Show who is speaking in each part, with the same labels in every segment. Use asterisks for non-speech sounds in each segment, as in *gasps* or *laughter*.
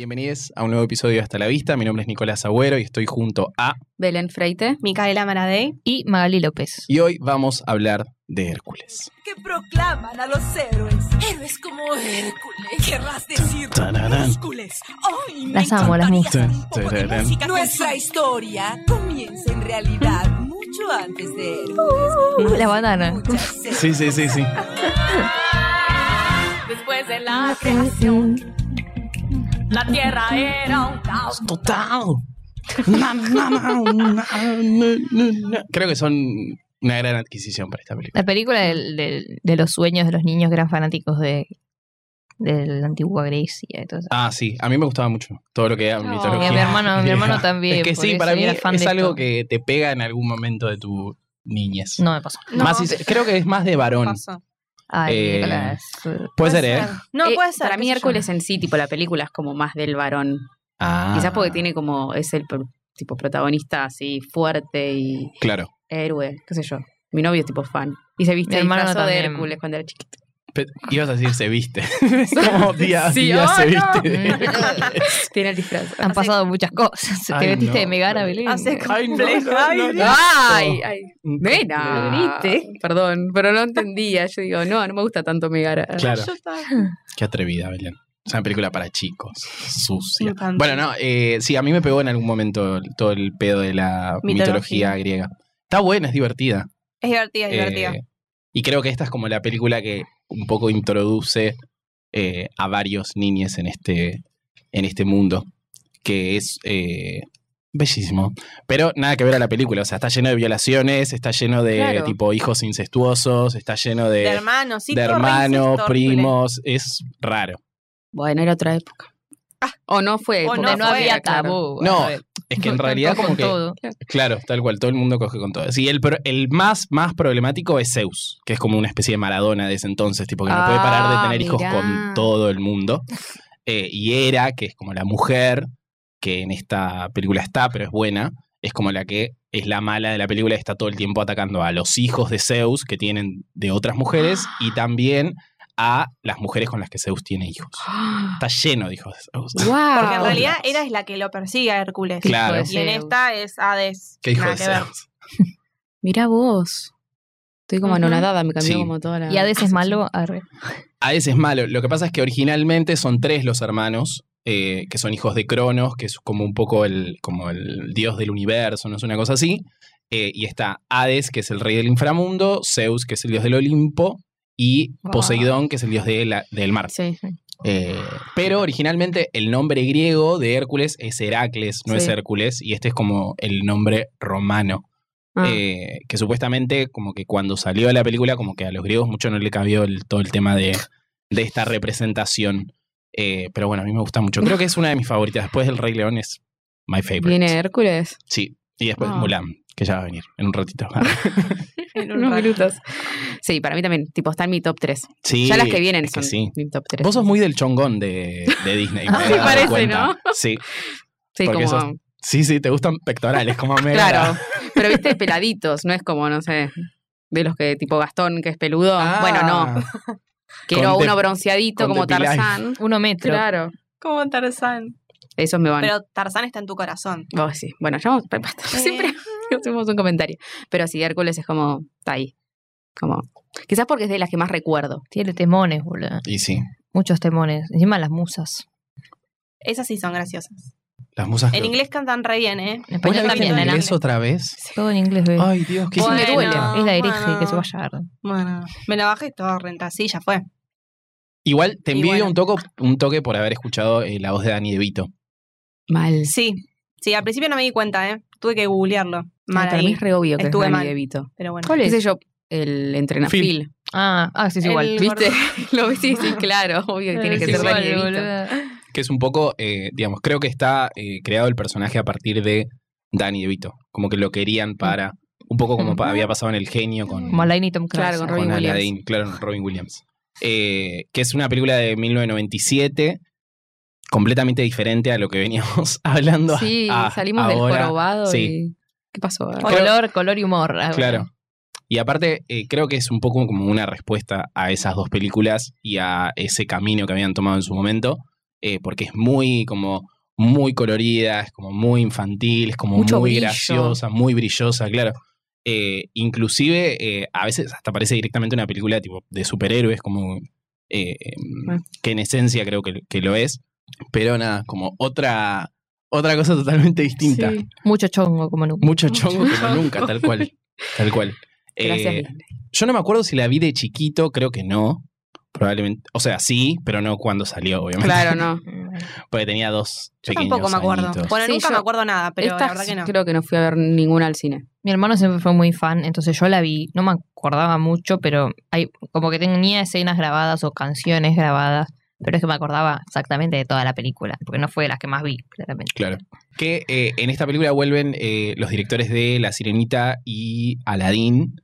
Speaker 1: Bienvenidos a un nuevo episodio de Hasta la Vista. Mi nombre es Nicolás Agüero y estoy junto a...
Speaker 2: Belén Freite
Speaker 3: Micaela Maradei.
Speaker 2: y Magali López.
Speaker 1: Y hoy vamos a hablar de Hércules.
Speaker 4: que proclaman a los héroes. Héroes como Hércules. Querrás decir
Speaker 1: Tararán.
Speaker 4: múscules. Ay, me
Speaker 2: Las amo, las
Speaker 4: encantaría
Speaker 1: músculas.
Speaker 4: un poco de
Speaker 1: Tararán.
Speaker 4: música. Nuestra historia comienza en realidad mucho antes de Hércules.
Speaker 3: Uh,
Speaker 5: Uh,
Speaker 2: La banana.
Speaker 4: Muchas se-
Speaker 1: Sí, sí, sí, sí.
Speaker 4: Después de la creación, la tierra era un caos.
Speaker 1: Total. Na, na, na, na, na, na. Creo que son una gran adquisición para esta película.
Speaker 2: La película del- del- de los sueños de los niños que eran fanáticos de, de la antigua Grecia y todo eso.
Speaker 1: Ah, sí. A mí me gustaba mucho todo lo que era
Speaker 2: Y
Speaker 1: mitología.
Speaker 2: a Oh, mi hermano, mi hermano también.
Speaker 1: Es que
Speaker 2: por
Speaker 1: sí,
Speaker 2: eso
Speaker 1: para mí
Speaker 2: era fan
Speaker 1: es
Speaker 2: de
Speaker 1: algo
Speaker 2: esto.
Speaker 1: que te pega en algún momento de tu niñez.
Speaker 2: No me pasó.
Speaker 3: No.
Speaker 1: Más si- creo que es más de varón.
Speaker 3: Pasó.
Speaker 2: Ay,
Speaker 1: Eh, *laughs*
Speaker 2: Nicolás. Mm.
Speaker 1: Puede ser, ¿eh?
Speaker 3: No,
Speaker 5: Eh,
Speaker 3: puede ser.
Speaker 5: Para
Speaker 3: qué
Speaker 5: mí
Speaker 3: sé yo.
Speaker 5: Hércules en sí, tipo la película es como más del varón.
Speaker 1: Ah,
Speaker 5: Quizás porque tiene como, es el pro- tipo protagonista así fuerte y
Speaker 1: Claro.
Speaker 5: héroe, qué sé yo. Mi novio es tipo fan. Y se viste
Speaker 2: Mi hermano
Speaker 5: disfrazó de
Speaker 2: también.
Speaker 5: Hércules cuando era chiquito.
Speaker 1: Pe- ibas a decir se viste. *laughs*
Speaker 5: *laughs*
Speaker 1: Como día a
Speaker 5: Sí,
Speaker 1: día se
Speaker 5: oh, no.
Speaker 1: viste. de
Speaker 5: *laughs*
Speaker 1: Hércules.
Speaker 5: Tiene el disfraz.
Speaker 2: Han pasado muchas cosas. Te
Speaker 1: Ay,
Speaker 2: metiste
Speaker 1: no.
Speaker 2: de Megara, Belén.
Speaker 3: Hace
Speaker 1: Ay, no,
Speaker 3: complejo.
Speaker 1: no, no,
Speaker 3: Ay,
Speaker 1: no.
Speaker 5: ¡Ay! ay
Speaker 1: *laughs*
Speaker 5: ¡Nena!
Speaker 1: Ah.
Speaker 3: Venite.
Speaker 5: Perdón, pero no entendía. Yo digo, no, no me gusta tanto Megara.
Speaker 1: Claro.
Speaker 3: Yo estaba-
Speaker 1: Qué atrevida, Belén. Es una película para chicos, sucia.
Speaker 3: Infantil.
Speaker 1: Bueno, no, eh, sí, a mí me pegó en algún momento el- todo el pedo de la mitología,
Speaker 3: Mitología.
Speaker 1: griega. Está buena, es divertida.
Speaker 3: Es divertida, es divertida.
Speaker 1: Eh, y creo que esta es como la película que un poco introduce eh, a varios niñes en este, en este mundo, que es eh, bellísimo. Pero nada que ver a la película, o sea, está lleno de violaciones, está lleno de
Speaker 5: Claro.
Speaker 1: tipo hijos incestuosos, está lleno de,
Speaker 3: de hermanos, sí,
Speaker 1: de
Speaker 3: todo
Speaker 1: hermanos,
Speaker 3: reincesto,
Speaker 1: primos, es raro.
Speaker 5: Bueno, era otra época. O no fue.
Speaker 3: Ah. O
Speaker 5: época,
Speaker 2: No, no
Speaker 3: fue,
Speaker 2: había
Speaker 5: claro.
Speaker 2: tabú.
Speaker 1: No,
Speaker 2: A ver,
Speaker 1: Es que en
Speaker 2: contó
Speaker 1: realidad
Speaker 2: con
Speaker 1: como que...
Speaker 2: todo.
Speaker 1: Claro, tal cual, todo el mundo coge con todo. Sí, el, pro- el más, más problemático es Zeus, que es como una especie de Maradona de ese entonces, tipo que no puede parar de
Speaker 5: Ah,
Speaker 1: tener hijos
Speaker 5: mirá.
Speaker 1: con todo el
Speaker 3: *laughs*
Speaker 1: mundo. Eh, y Hera, que es como la mujer, que en esta película está, pero es buena, es como la que es la mala de la película y está todo el tiempo atacando a los hijos de Zeus que tienen de otras
Speaker 3: *gasps*
Speaker 1: mujeres y también a las mujeres con las que Zeus tiene hijos.
Speaker 3: *gasps*
Speaker 1: Está lleno de hijos de Zeus.
Speaker 5: ¡Wow!
Speaker 3: Porque en
Speaker 1: Ah.
Speaker 3: realidad Hera es la que lo persigue a Hércules.
Speaker 1: Claro.
Speaker 3: Y en esta es Hades.
Speaker 1: ¿Qué hijo
Speaker 3: Nada
Speaker 1: de
Speaker 3: que ver.
Speaker 1: Zeus?
Speaker 5: Mirá vos. Estoy como
Speaker 3: Ujú.
Speaker 5: anonadada, me
Speaker 1: Sí.
Speaker 5: cambió como toda la.
Speaker 2: Y a veces es malo. arre.
Speaker 1: A veces es malo. Lo que pasa es que originalmente son tres los hermanos, eh, que son hijos de Cronos, que es como un poco el, como el dios del universo, no es una cosa así. Eh, y está Hades, que es el rey del inframundo, Zeus, que es el dios del Olimpo, y
Speaker 2: Wow.
Speaker 1: Poseidón, que es el dios de la- del mar.
Speaker 5: Sí.
Speaker 1: Eh, pero originalmente el nombre griego de Hércules es Heracles, no es
Speaker 5: Sí.
Speaker 1: Hércules, y este es como el nombre romano.
Speaker 5: Ah.
Speaker 1: Eh, que supuestamente como que cuando salió la película como que a los griegos mucho no le cabió el- todo el tema de, de esta representación. Eh, pero bueno, a mí me gusta mucho. Creo que es una de mis favoritas. Después del Rey León es my favorite.
Speaker 5: ¿Viene Hércules?
Speaker 1: Sí, y después
Speaker 5: Ah.
Speaker 1: Mulan, que ya va a venir en un
Speaker 5: *laughs*
Speaker 1: ratito. Ah,
Speaker 3: En un
Speaker 5: unos
Speaker 3: rato.
Speaker 5: minutos. Sí, para mí también. Tipo, está en mi top 3.
Speaker 1: Sí,
Speaker 5: ya las que vienen
Speaker 1: es que
Speaker 5: son
Speaker 1: sí.
Speaker 5: mi top 3.
Speaker 1: Vos sos muy del chongón de, de
Speaker 5: *laughs*
Speaker 1: Disney. me he
Speaker 5: Sí,
Speaker 1: dado
Speaker 5: parece,
Speaker 1: cuenta.
Speaker 5: ¿no?
Speaker 1: Sí,
Speaker 5: sí,
Speaker 1: porque
Speaker 5: como. *laughs*
Speaker 1: sos- sí, sí, te gustan pectorales, como me
Speaker 5: Claro. Pero viste, peladitos. No es como, no sé, de los que tipo Gastón, que es peludo.
Speaker 3: Ah.
Speaker 1: Ah.
Speaker 5: Bueno, no. Quiero
Speaker 1: con
Speaker 5: uno
Speaker 1: de-
Speaker 5: bronceadito
Speaker 1: con
Speaker 5: como
Speaker 1: depilaje.
Speaker 3: *laughs*
Speaker 5: Tarzán.
Speaker 2: Uno metro.
Speaker 5: Claro.
Speaker 3: Como Tarzán.
Speaker 5: Esos me van.
Speaker 3: Pero Eh. Tarzán está en tu corazón.
Speaker 5: Oh, sí. Bueno, ya vamos. basta. *laughs* Siempre *laughs* hacemos un comentario. Pero sí, Hércules es como. Está ahí. Como. Quizás porque es de las que más recuerdo.
Speaker 2: Tiene temones, boludo.
Speaker 1: Y sí,
Speaker 2: Muchos temones. Encima las musas.
Speaker 3: Esas sí son graciosas.
Speaker 1: las musas.
Speaker 3: En
Speaker 1: que-
Speaker 3: inglés cantan re bien, ¿eh?
Speaker 2: En
Speaker 1: ¿Vos
Speaker 2: español
Speaker 1: la viste
Speaker 2: también,
Speaker 1: en
Speaker 2: nena.
Speaker 1: inglés Ah. otra vez?
Speaker 2: Todo en inglés, bebé.
Speaker 1: Ay, Dios, qué
Speaker 2: Sí, me
Speaker 3: Bueno,
Speaker 2: duele. Es la hereje
Speaker 3: bueno.
Speaker 2: que se vaya a dar.
Speaker 3: Bueno, me la bajé todo renta, sí, ya fue.
Speaker 1: Igual te
Speaker 3: Y
Speaker 1: envidio
Speaker 3: bueno.
Speaker 1: un, toco, un toque por haber escuchado eh, la voz de Dani DeVito.
Speaker 5: Mal.
Speaker 3: Sí, sí, al principio no me di cuenta, ¿eh? Tuve que googlearlo. Mal
Speaker 5: Para mí
Speaker 3: ahí,
Speaker 5: es re obvio que
Speaker 3: Estuve
Speaker 5: es Danny
Speaker 3: mal.
Speaker 5: DeVito.
Speaker 3: pero bueno.
Speaker 2: ¿Cuál
Speaker 5: ¿Qué sé
Speaker 2: es?
Speaker 5: yo? El entrenador.
Speaker 1: Phil.
Speaker 5: Phil.
Speaker 2: Ah, ah, sí, es igual.
Speaker 3: El
Speaker 5: ¿Viste?
Speaker 3: gordo.
Speaker 5: *laughs* Lo ves y
Speaker 3: *laughs*
Speaker 5: decís, claro, obvio que tiene que
Speaker 1: Sí,
Speaker 5: ser
Speaker 1: sí.
Speaker 5: Danny
Speaker 2: Igual,
Speaker 5: DeVito.
Speaker 2: boluda.
Speaker 1: Que es un poco, eh, digamos, creo que está eh, creado el personaje a partir de Dani DeVito. Como que lo
Speaker 5: Mm.
Speaker 1: querían para. Un poco como pa- había pasado en El Genio con,
Speaker 2: Como Alain y Tom
Speaker 5: Claro,
Speaker 2: Cruise.
Speaker 5: con
Speaker 1: con
Speaker 5: Mm. Robin Williams.
Speaker 1: Aladdin, claro, Robin Williams. Eh, que es una película de 1997, completamente diferente a lo que veníamos *laughs* hablando.
Speaker 5: Sí,
Speaker 1: a-
Speaker 5: salimos
Speaker 1: ahora.
Speaker 5: del jorobado
Speaker 1: sí.
Speaker 5: y... ¿Qué pasó?
Speaker 3: Creo-
Speaker 2: Color, color y humor. ah,
Speaker 1: Claro.
Speaker 2: bueno.
Speaker 1: Y aparte, eh, creo que es un poco como una respuesta a esas dos películas y a ese camino que habían tomado en su momento. eh, porque es muy como muy colorida, es como muy infantil, es como
Speaker 5: Mucho
Speaker 1: muy
Speaker 5: brillo.
Speaker 1: graciosa, muy brillosa, claro. Eh, inclusive eh, a veces hasta parece directamente una película tipo de superhéroes, como eh, em,
Speaker 5: Mm.
Speaker 1: que en esencia creo que, que lo es, pero nada, como otra, otra cosa totalmente distinta.
Speaker 5: Sí.
Speaker 2: Mucho chongo como nunca.
Speaker 1: Mucho chongo como
Speaker 5: chongo.
Speaker 1: nunca, tal cual. Tal cual. *laughs*
Speaker 5: Gracias.
Speaker 1: Eh,
Speaker 5: Disney.
Speaker 1: yo no me acuerdo si la vi de chiquito, creo que no. Probablemente, o sea, sí, pero no cuando salió, obviamente.
Speaker 5: claro, no.
Speaker 1: *laughs* Porque tenía dos
Speaker 3: Yo
Speaker 1: pequeños
Speaker 3: tampoco me acuerdo.
Speaker 1: añitos.
Speaker 3: Bueno,
Speaker 5: Sí,
Speaker 3: nunca
Speaker 5: yo-
Speaker 3: me acuerdo nada, *laughs* pero
Speaker 5: Esta
Speaker 3: la verdad que no.
Speaker 5: creo que no fui a ver ninguna al cine.
Speaker 2: Mi hermano siempre fue muy fan, entonces yo la vi, no me acordaba mucho, pero hay como que tenía escenas grabadas o canciones grabadas, pero es que me acordaba exactamente de toda la película, porque no fue de las que más vi, claramente.
Speaker 1: Claro. Que eh, en esta película vuelven eh, los directores de La Sirenita y Aladdin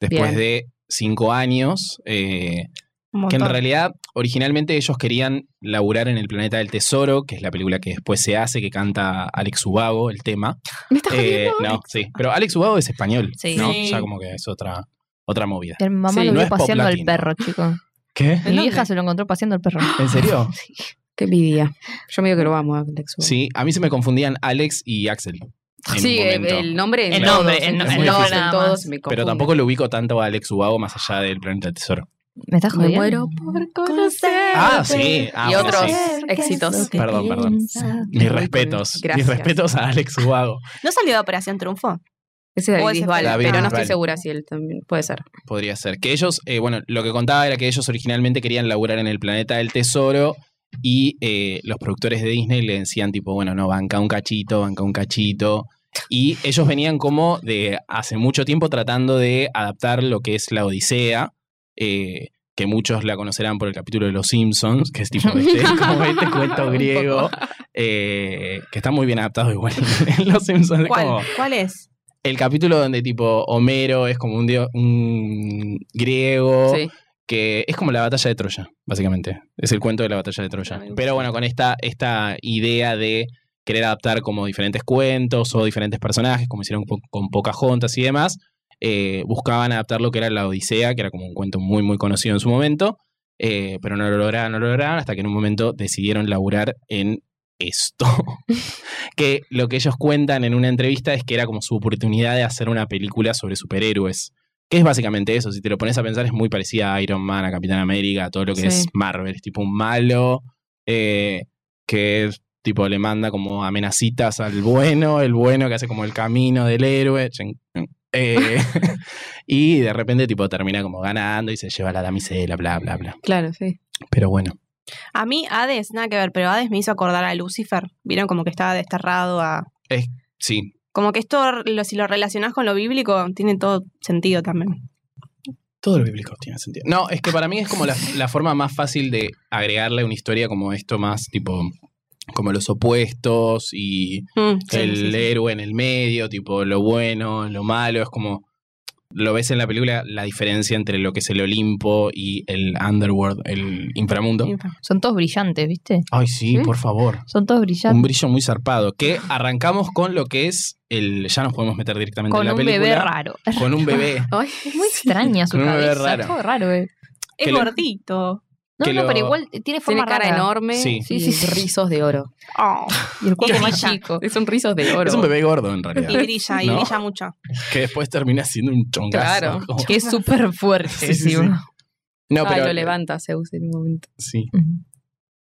Speaker 1: después
Speaker 5: Bien.
Speaker 1: de cinco años. eh,
Speaker 3: Un
Speaker 1: que en
Speaker 3: montón.
Speaker 1: realidad, originalmente ellos querían laburar en El Planeta del Tesoro, que es la película que después se hace, que canta Alex Ubago, el tema.
Speaker 5: ¿Me estás
Speaker 1: Eh, no, sí. Pero Alex Ubago es español.
Speaker 2: Sí.
Speaker 1: ¿no?
Speaker 3: Sí.
Speaker 1: Ya como que es otra, otra movida.
Speaker 2: Mi mamá
Speaker 5: Sí,
Speaker 2: lo
Speaker 1: no
Speaker 2: vio
Speaker 1: es pop
Speaker 2: paseando al
Speaker 1: latino.
Speaker 2: perro, chico.
Speaker 1: ¿Qué?
Speaker 2: Mi
Speaker 3: dónde?
Speaker 2: vieja se lo encontró paseando al perro.
Speaker 1: ¿En
Speaker 5: *laughs*
Speaker 1: serio?
Speaker 5: Qué envidia. Yo me digo que lo amo, Alex. Ubago.
Speaker 1: Sí, a mí se me confundían Alex y Axel. en
Speaker 5: Sí,
Speaker 1: un
Speaker 5: eh,
Speaker 1: momento.
Speaker 5: el nombre en
Speaker 2: El
Speaker 5: todos,
Speaker 2: nombre, el
Speaker 5: en
Speaker 1: no-
Speaker 5: todos,
Speaker 1: el nombre
Speaker 5: en
Speaker 2: nada
Speaker 5: todos
Speaker 2: más.
Speaker 5: me
Speaker 1: Pero
Speaker 5: confunden.
Speaker 1: tampoco lo ubico tanto a Alex Ubago más allá del Planeta del Tesoro.
Speaker 2: ¿Me estás
Speaker 5: Me
Speaker 2: jodiendo?
Speaker 5: muero por conocer.
Speaker 1: Ah, sí. Ah,
Speaker 5: y
Speaker 1: bueno,
Speaker 5: otros
Speaker 1: sí.
Speaker 5: éxitos.
Speaker 1: Perdón, perdón. Mis respetos.
Speaker 5: Gracias.
Speaker 1: Mis respetos a Alex Ubago.
Speaker 3: ¿No salió de Operación Triunfo?
Speaker 5: Ese es
Speaker 3: O
Speaker 5: David
Speaker 3: ese
Speaker 5: Bisbal,
Speaker 3: fue
Speaker 1: David
Speaker 5: pero no estoy
Speaker 1: Bisbal.
Speaker 5: segura si él también puede ser.
Speaker 1: Podría ser. Que ellos, eh, bueno, lo que contaba era que ellos originalmente querían laburar en el planeta del tesoro y eh, los productores de Disney le decían tipo, bueno, no, banca un cachito, banca un cachito. Y ellos venían como de hace mucho tiempo tratando de adaptar lo que es la Odisea, eh, que muchos la conocerán por el capítulo de Los Simpsons, que es tipo este, como este cuento
Speaker 5: Un
Speaker 1: griego, eh, que está muy bien adaptado igual *laughs* en Los Simpsons. es como-
Speaker 3: ¿Cuál? ¿Cuál es?
Speaker 1: el capítulo donde tipo Homero es como un, dio- un griego,
Speaker 5: Sí.
Speaker 1: que es como la batalla de Troya, básicamente. Es el cuento de la batalla de Troya.
Speaker 3: Ay,
Speaker 1: Pero bueno, con esta, esta idea de querer adaptar como diferentes cuentos o diferentes personajes, como hicieron po- con Pocahontas y demás, eh, buscaban adaptar lo que era la Odisea, que era como un cuento muy, muy conocido en su momento, eh, pero no lo lograron, no lo lograron, hasta que en un momento decidieron laburar en esto. *laughs* que lo que ellos cuentan en una entrevista es que era como su oportunidad de hacer una película sobre superhéroes. Que es básicamente eso, si te lo pones a pensar, es muy parecida a Iron Man, a Capitán América, a todo lo que
Speaker 5: Sí.
Speaker 1: es Marvel. Es tipo un malo eh, que es, tipo le manda como amenacitas al bueno, el bueno que hace como el camino del héroe. Chen- eh, *laughs* y de repente tipo termina como ganando y se lleva la damisela, bla, bla, bla.
Speaker 5: Claro, sí.
Speaker 1: Pero bueno.
Speaker 3: A mí Hades, nada que ver, pero Hades me hizo acordar a Lucifer. Vieron como que estaba desterrado a...
Speaker 1: Sí,
Speaker 3: Como que esto, lo- si lo relacionás con lo bíblico, tiene todo sentido también.
Speaker 1: Todo lo bíblico tiene sentido. No, es que para mí es como la, la forma más fácil de agregarle a una historia como esto más tipo como los opuestos y
Speaker 3: Mm, sí,
Speaker 1: el
Speaker 3: sí, sí.
Speaker 1: héroe en el medio, tipo lo bueno, lo malo, es como lo ves en la película la diferencia entre lo que es el Olimpo y el underworld, el inframundo.
Speaker 3: Infa.
Speaker 2: Son todos brillantes, ¿viste?
Speaker 1: Ay, sí,
Speaker 5: ¿Mm?
Speaker 1: por favor.
Speaker 2: Son todos
Speaker 1: Un
Speaker 2: brillantes.
Speaker 1: brillo muy zarpado. Que arrancamos con lo que es el. Ya nos podemos meter directamente
Speaker 2: Con
Speaker 1: en la
Speaker 2: un
Speaker 1: película.
Speaker 2: bebé raro.
Speaker 1: Con un
Speaker 2: *laughs*
Speaker 1: bebé.
Speaker 5: Ay,
Speaker 2: Es muy extraña su
Speaker 1: Con un bebé
Speaker 2: cabeza.
Speaker 1: raro.
Speaker 2: Todo raro, eh.
Speaker 1: Que
Speaker 3: Es
Speaker 1: lo-
Speaker 3: gordito.
Speaker 2: No,
Speaker 1: Que
Speaker 2: no,
Speaker 1: lo-
Speaker 2: pero igual tiene forma
Speaker 5: tiene cara
Speaker 2: rara.
Speaker 5: enorme
Speaker 1: Sí.
Speaker 5: y
Speaker 2: Sí, sí, sí.
Speaker 5: rizos de oro.
Speaker 3: Oh,
Speaker 2: Y
Speaker 5: *laughs*
Speaker 2: el cuerpo
Speaker 3: Y
Speaker 2: más
Speaker 3: brilla.
Speaker 2: chico.
Speaker 5: Son rizos de oro.
Speaker 1: Es un bebé gordo en realidad.
Speaker 3: y brilla,
Speaker 1: *laughs*
Speaker 3: y
Speaker 1: ¿No?
Speaker 3: brilla mucho.
Speaker 1: Que después termina siendo un chongazo.
Speaker 5: Claro.
Speaker 1: Como-
Speaker 2: Que es súper fuerte.
Speaker 1: Sí, sí, sí.
Speaker 2: encima.
Speaker 1: *laughs* No,
Speaker 5: Ay,
Speaker 1: pero
Speaker 5: lo levanta Zeus en un momento.
Speaker 1: Sí.
Speaker 2: Ujú.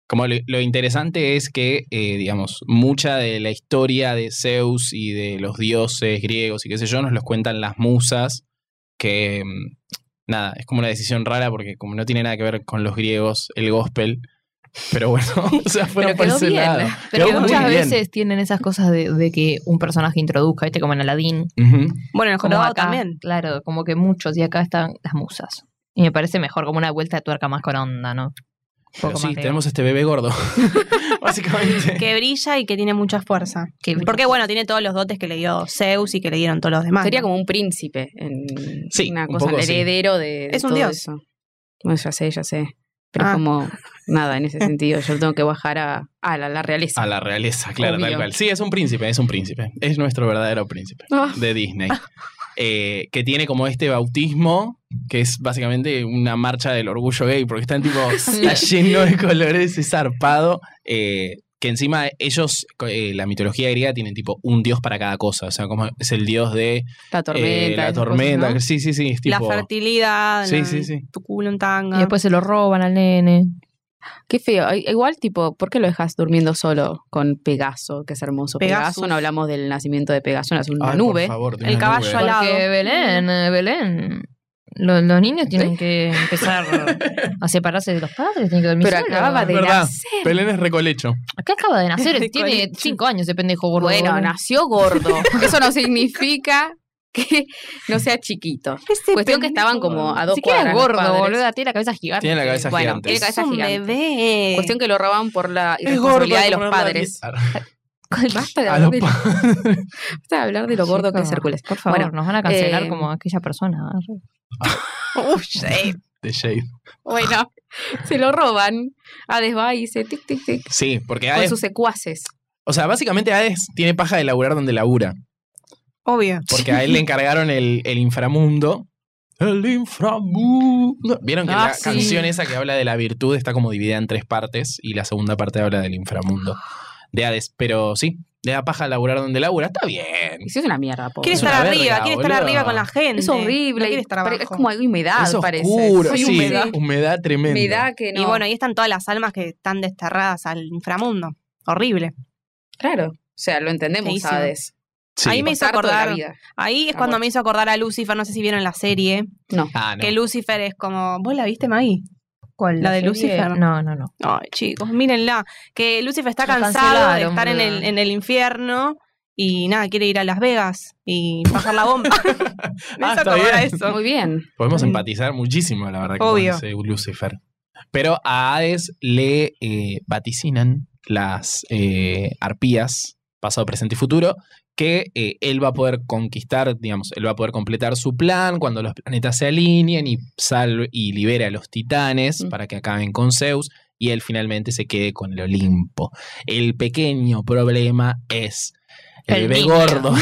Speaker 1: Como lo, lo interesante es que, eh, digamos, mucha de la historia de Zeus y de los dioses griegos y qué sé yo, nos los cuentan las musas, que mm, nada, es como una decisión rara porque como no tiene nada que ver con los griegos, el gospel, pero bueno, *laughs* o sea, fueron
Speaker 5: Pero
Speaker 1: por
Speaker 5: quedó
Speaker 1: ese
Speaker 5: bien.
Speaker 1: lado.
Speaker 2: Pero
Speaker 1: Quedó muy
Speaker 2: muchas
Speaker 1: bien.
Speaker 2: veces tienen esas cosas de, de que un personaje introduzca, ¿viste? Como en Aladdin.
Speaker 1: Ujú.
Speaker 3: Bueno, en el
Speaker 2: Como
Speaker 3: jorobado
Speaker 2: acá,
Speaker 3: también.
Speaker 2: Claro, como que muchos. Y acá están las musas. Y me parece mejor, como una vuelta de tuerca más con onda, ¿no? Un
Speaker 1: Pero
Speaker 2: poco
Speaker 1: sí,
Speaker 2: más de-
Speaker 1: tenemos este bebé gordo, *laughs* básicamente.
Speaker 3: Que brilla y que tiene mucha fuerza.
Speaker 2: que-
Speaker 3: Porque bueno, tiene todos los dotes que le dio Zeus y que le dieron todos los demás.
Speaker 5: Sería
Speaker 3: ¿no?
Speaker 5: como un príncipe. En
Speaker 1: Sí,
Speaker 5: una
Speaker 1: un
Speaker 5: cosa,
Speaker 1: poco
Speaker 5: el
Speaker 1: sí.
Speaker 5: heredero de, de
Speaker 3: Es un
Speaker 5: todo
Speaker 3: dios.
Speaker 5: eso. Bueno, ya sé, ya sé. Pero
Speaker 3: Ah.
Speaker 5: como nada en *laughs* ese sentido. Yo tengo que bajar a, a la, la realeza.
Speaker 1: A la realeza, *laughs* claro,
Speaker 5: Obvio.
Speaker 1: tal cual. Sí, es un príncipe, es un príncipe. Es nuestro verdadero príncipe
Speaker 5: Ah.
Speaker 1: de Disney. eh, que tiene como este bautismo, que es básicamente una marcha del orgullo gay, porque están
Speaker 5: *laughs*
Speaker 1: tipo, está lleno de colores, es zarpado. eh, que encima ellos, eh, la mitología griega tiene tipo un dios para cada cosa, o sea, como es el dios de eh,
Speaker 5: La tormenta.
Speaker 1: la
Speaker 5: esas cosas,
Speaker 1: tormenta,
Speaker 5: ¿no?
Speaker 1: sí, sí, sí, es
Speaker 3: La
Speaker 1: tipo-
Speaker 3: fertilidad,
Speaker 1: Sí,
Speaker 3: la-
Speaker 1: sí, sí.
Speaker 3: tu culo en tanga.
Speaker 2: Y después se lo roban al nene.
Speaker 5: Qué feo. I- Igual, tipo, ¿por qué lo dejas durmiendo solo con Pegaso, que es hermoso?
Speaker 3: Pegasus.
Speaker 5: Pegaso, no hablamos del nacimiento de Pegaso, nace en una
Speaker 1: Ay, por
Speaker 5: nube.
Speaker 1: favor, de
Speaker 3: El
Speaker 1: una
Speaker 3: caballo
Speaker 1: nube.
Speaker 3: al lado.
Speaker 2: Porque Belén,
Speaker 5: Mm.
Speaker 2: eh, Belén. Lo- los niños tienen que empezar
Speaker 5: *laughs*
Speaker 2: a separarse de los padres, tienen que dormir
Speaker 5: Pero
Speaker 2: solos.
Speaker 5: acababa de
Speaker 1: Verdad.
Speaker 5: nacer.
Speaker 1: Belén es recolecho.
Speaker 2: Acá acaba
Speaker 5: *laughs*
Speaker 2: de nacer, tiene
Speaker 5: Colecho.
Speaker 2: cinco años de pendejo gordo.
Speaker 5: Bueno,
Speaker 2: gordo.
Speaker 5: nació gordo. *laughs* Eso no significa que no sea chiquito.
Speaker 3: Ese
Speaker 5: Cuestión que estaban
Speaker 3: pendejo.
Speaker 5: como a dos
Speaker 2: Si quieres
Speaker 5: cuadras los
Speaker 2: gordo,
Speaker 5: padres.
Speaker 2: boluda, tiene la cabeza gigante.
Speaker 1: Tiene la cabeza
Speaker 5: Bueno,
Speaker 1: gigante.
Speaker 5: tiene cabeza
Speaker 3: Es un
Speaker 5: gigante.
Speaker 3: bebé.
Speaker 5: Cuestión que lo roban por la
Speaker 1: Es gordo,
Speaker 5: irresponsabilidad
Speaker 1: hay
Speaker 5: de
Speaker 1: que
Speaker 5: los
Speaker 1: ponerlo
Speaker 5: padres.
Speaker 1: a-
Speaker 5: Basta de
Speaker 1: A
Speaker 5: hablar
Speaker 1: los
Speaker 5: de,
Speaker 1: padres.
Speaker 5: *laughs* basta de hablar de lo gordo que es
Speaker 2: Chicos,
Speaker 5: Hércules.
Speaker 2: Por favor,
Speaker 5: Bueno,
Speaker 2: nos van a cancelar
Speaker 5: eh,
Speaker 2: como aquella persona.
Speaker 5: Uy, sí.
Speaker 1: De Jade.
Speaker 5: Bueno, se lo roban. Hades va y dice tic, tic, tic.
Speaker 1: Sí, porque
Speaker 5: Con
Speaker 1: Hades.
Speaker 5: sus secuaces.
Speaker 1: O sea, básicamente Hades tiene paja de laburar donde labura.
Speaker 3: Obvio.
Speaker 1: Porque a él le encargaron el, el inframundo. El inframundo. Vieron que
Speaker 5: Ah,
Speaker 1: la
Speaker 5: sí.
Speaker 1: canción esa que habla de la virtud está como dividida en tres partes y la segunda parte habla del inframundo de Hades. Pero sí, le da paja laburar donde labura. Está bien.
Speaker 5: Y si es una mierda, pobre.
Speaker 3: Quiere
Speaker 1: Es
Speaker 3: estar
Speaker 1: una
Speaker 3: arriba,
Speaker 1: verga,
Speaker 3: quiere estar
Speaker 1: boluda.
Speaker 3: arriba con la gente.
Speaker 5: Es horrible.
Speaker 3: No quiere estar abajo.
Speaker 5: Pare- Es como hay humedad,
Speaker 1: es
Speaker 5: Ah, parece.
Speaker 1: oscuro,
Speaker 5: Hay
Speaker 1: sí,
Speaker 5: humedad.
Speaker 1: humedad tremenda.
Speaker 5: Humedad que no.
Speaker 3: Y bueno, ahí están todas las almas que están desterradas al inframundo. Horrible.
Speaker 5: claro. O sea, lo entendemos,
Speaker 3: Feísimo.
Speaker 5: Hades.
Speaker 1: Sí.
Speaker 3: Ahí me hizo
Speaker 5: Harto de la
Speaker 3: acordar-
Speaker 5: vida.
Speaker 3: Ahí es
Speaker 5: Está
Speaker 3: cuando
Speaker 5: bueno.
Speaker 3: me hizo acordar a Lucifer, no sé si vieron la serie,
Speaker 1: Ah, no.
Speaker 3: que Lucifer es como, ¿vos la viste, Maggie?
Speaker 2: ¿Cuál?
Speaker 3: ¿La de Lucifer?
Speaker 2: No, no, no.
Speaker 3: Ay, chicos, mírenla, que Lucifer está
Speaker 2: La
Speaker 3: cansado de
Speaker 2: cancelaron,
Speaker 3: estar en
Speaker 2: boluda.
Speaker 3: el, en el infierno y nada, quiere ir a Las Vegas y bajar la bomba. *laughs* me
Speaker 1: Ah,
Speaker 3: hizo
Speaker 1: está
Speaker 3: acordar a
Speaker 1: bien.
Speaker 3: eso. *laughs*
Speaker 5: Muy bien. *laughs*
Speaker 1: Podemos
Speaker 3: Ay.
Speaker 1: empatizar muchísimo, la verdad,
Speaker 3: Obvio.
Speaker 1: con ese Lucifer. Pero a Hades le eh, vaticinan las eh, arpías, pasado, presente y futuro, que eh, él va a poder conquistar, digamos, él va a poder completar su plan cuando los planetas se alineen y, salve, y libera a los titanes
Speaker 5: Mm.
Speaker 1: para que acaben con Zeus y él finalmente se quede con el Olimpo. El pequeño problema es el,
Speaker 2: El
Speaker 1: bebé
Speaker 2: niño.
Speaker 1: gordo.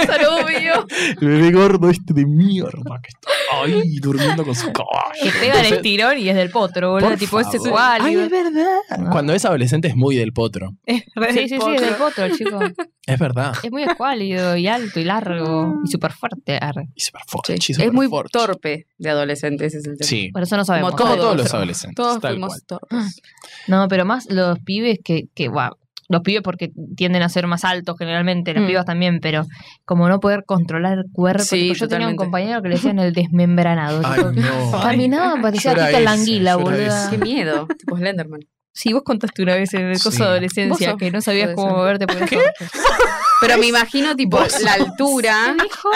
Speaker 5: Obvio.
Speaker 1: El bebé gordo este de mierda que está ahí durmiendo con su caballo.
Speaker 2: Que pega el estirón y es del potro, boludo.
Speaker 1: Por
Speaker 2: Tipo, es
Speaker 1: favor.
Speaker 2: sexual.
Speaker 1: Ay,
Speaker 2: digo.
Speaker 1: es verdad.
Speaker 2: No.
Speaker 1: Cuando es adolescente es muy del potro.
Speaker 2: Sí, sí, sí, es del potro, chico.
Speaker 1: Es verdad.
Speaker 2: Es muy escuálido y alto y largo
Speaker 5: *laughs*
Speaker 2: y súper fuerte. arre.
Speaker 1: Y súper forche, y
Speaker 5: Sí. Es
Speaker 1: súper
Speaker 5: muy
Speaker 1: forche.
Speaker 5: torpe de adolescentes. Ese es el tema.
Speaker 1: Sí.
Speaker 2: Por eso no sabemos.
Speaker 5: Como
Speaker 1: Como
Speaker 5: Todos.
Speaker 1: todos los adolescentes.
Speaker 5: Todos
Speaker 1: tal
Speaker 5: fuimos
Speaker 1: cual.
Speaker 5: torpes.
Speaker 2: No, pero más los pibes que, que guau, los pibes porque tienden a ser más altos generalmente, las
Speaker 5: Mm.
Speaker 2: pibas también, pero como no poder controlar el cuerpo.
Speaker 5: Sí,
Speaker 2: tipo, yo tenía un
Speaker 5: totalmente.
Speaker 2: compañero que le decían el desmembranado. tipo,
Speaker 1: no.
Speaker 2: Caminaba, parecía
Speaker 1: yo era
Speaker 2: Tita la
Speaker 1: ese,
Speaker 2: anguila,
Speaker 1: yo era
Speaker 2: boluda.
Speaker 1: ese.
Speaker 5: Qué miedo. tipo Slenderman.
Speaker 2: Sí, vos contaste una vez en el curso
Speaker 1: Sí.
Speaker 2: de adolescencia
Speaker 5: Vos sos-
Speaker 2: que no sabías
Speaker 5: Puede
Speaker 2: cómo
Speaker 5: ser.
Speaker 2: moverte por eso.
Speaker 5: Pero me *laughs* imagino, tipo,
Speaker 1: Vos
Speaker 5: la *laughs* altura.
Speaker 2: Hijo,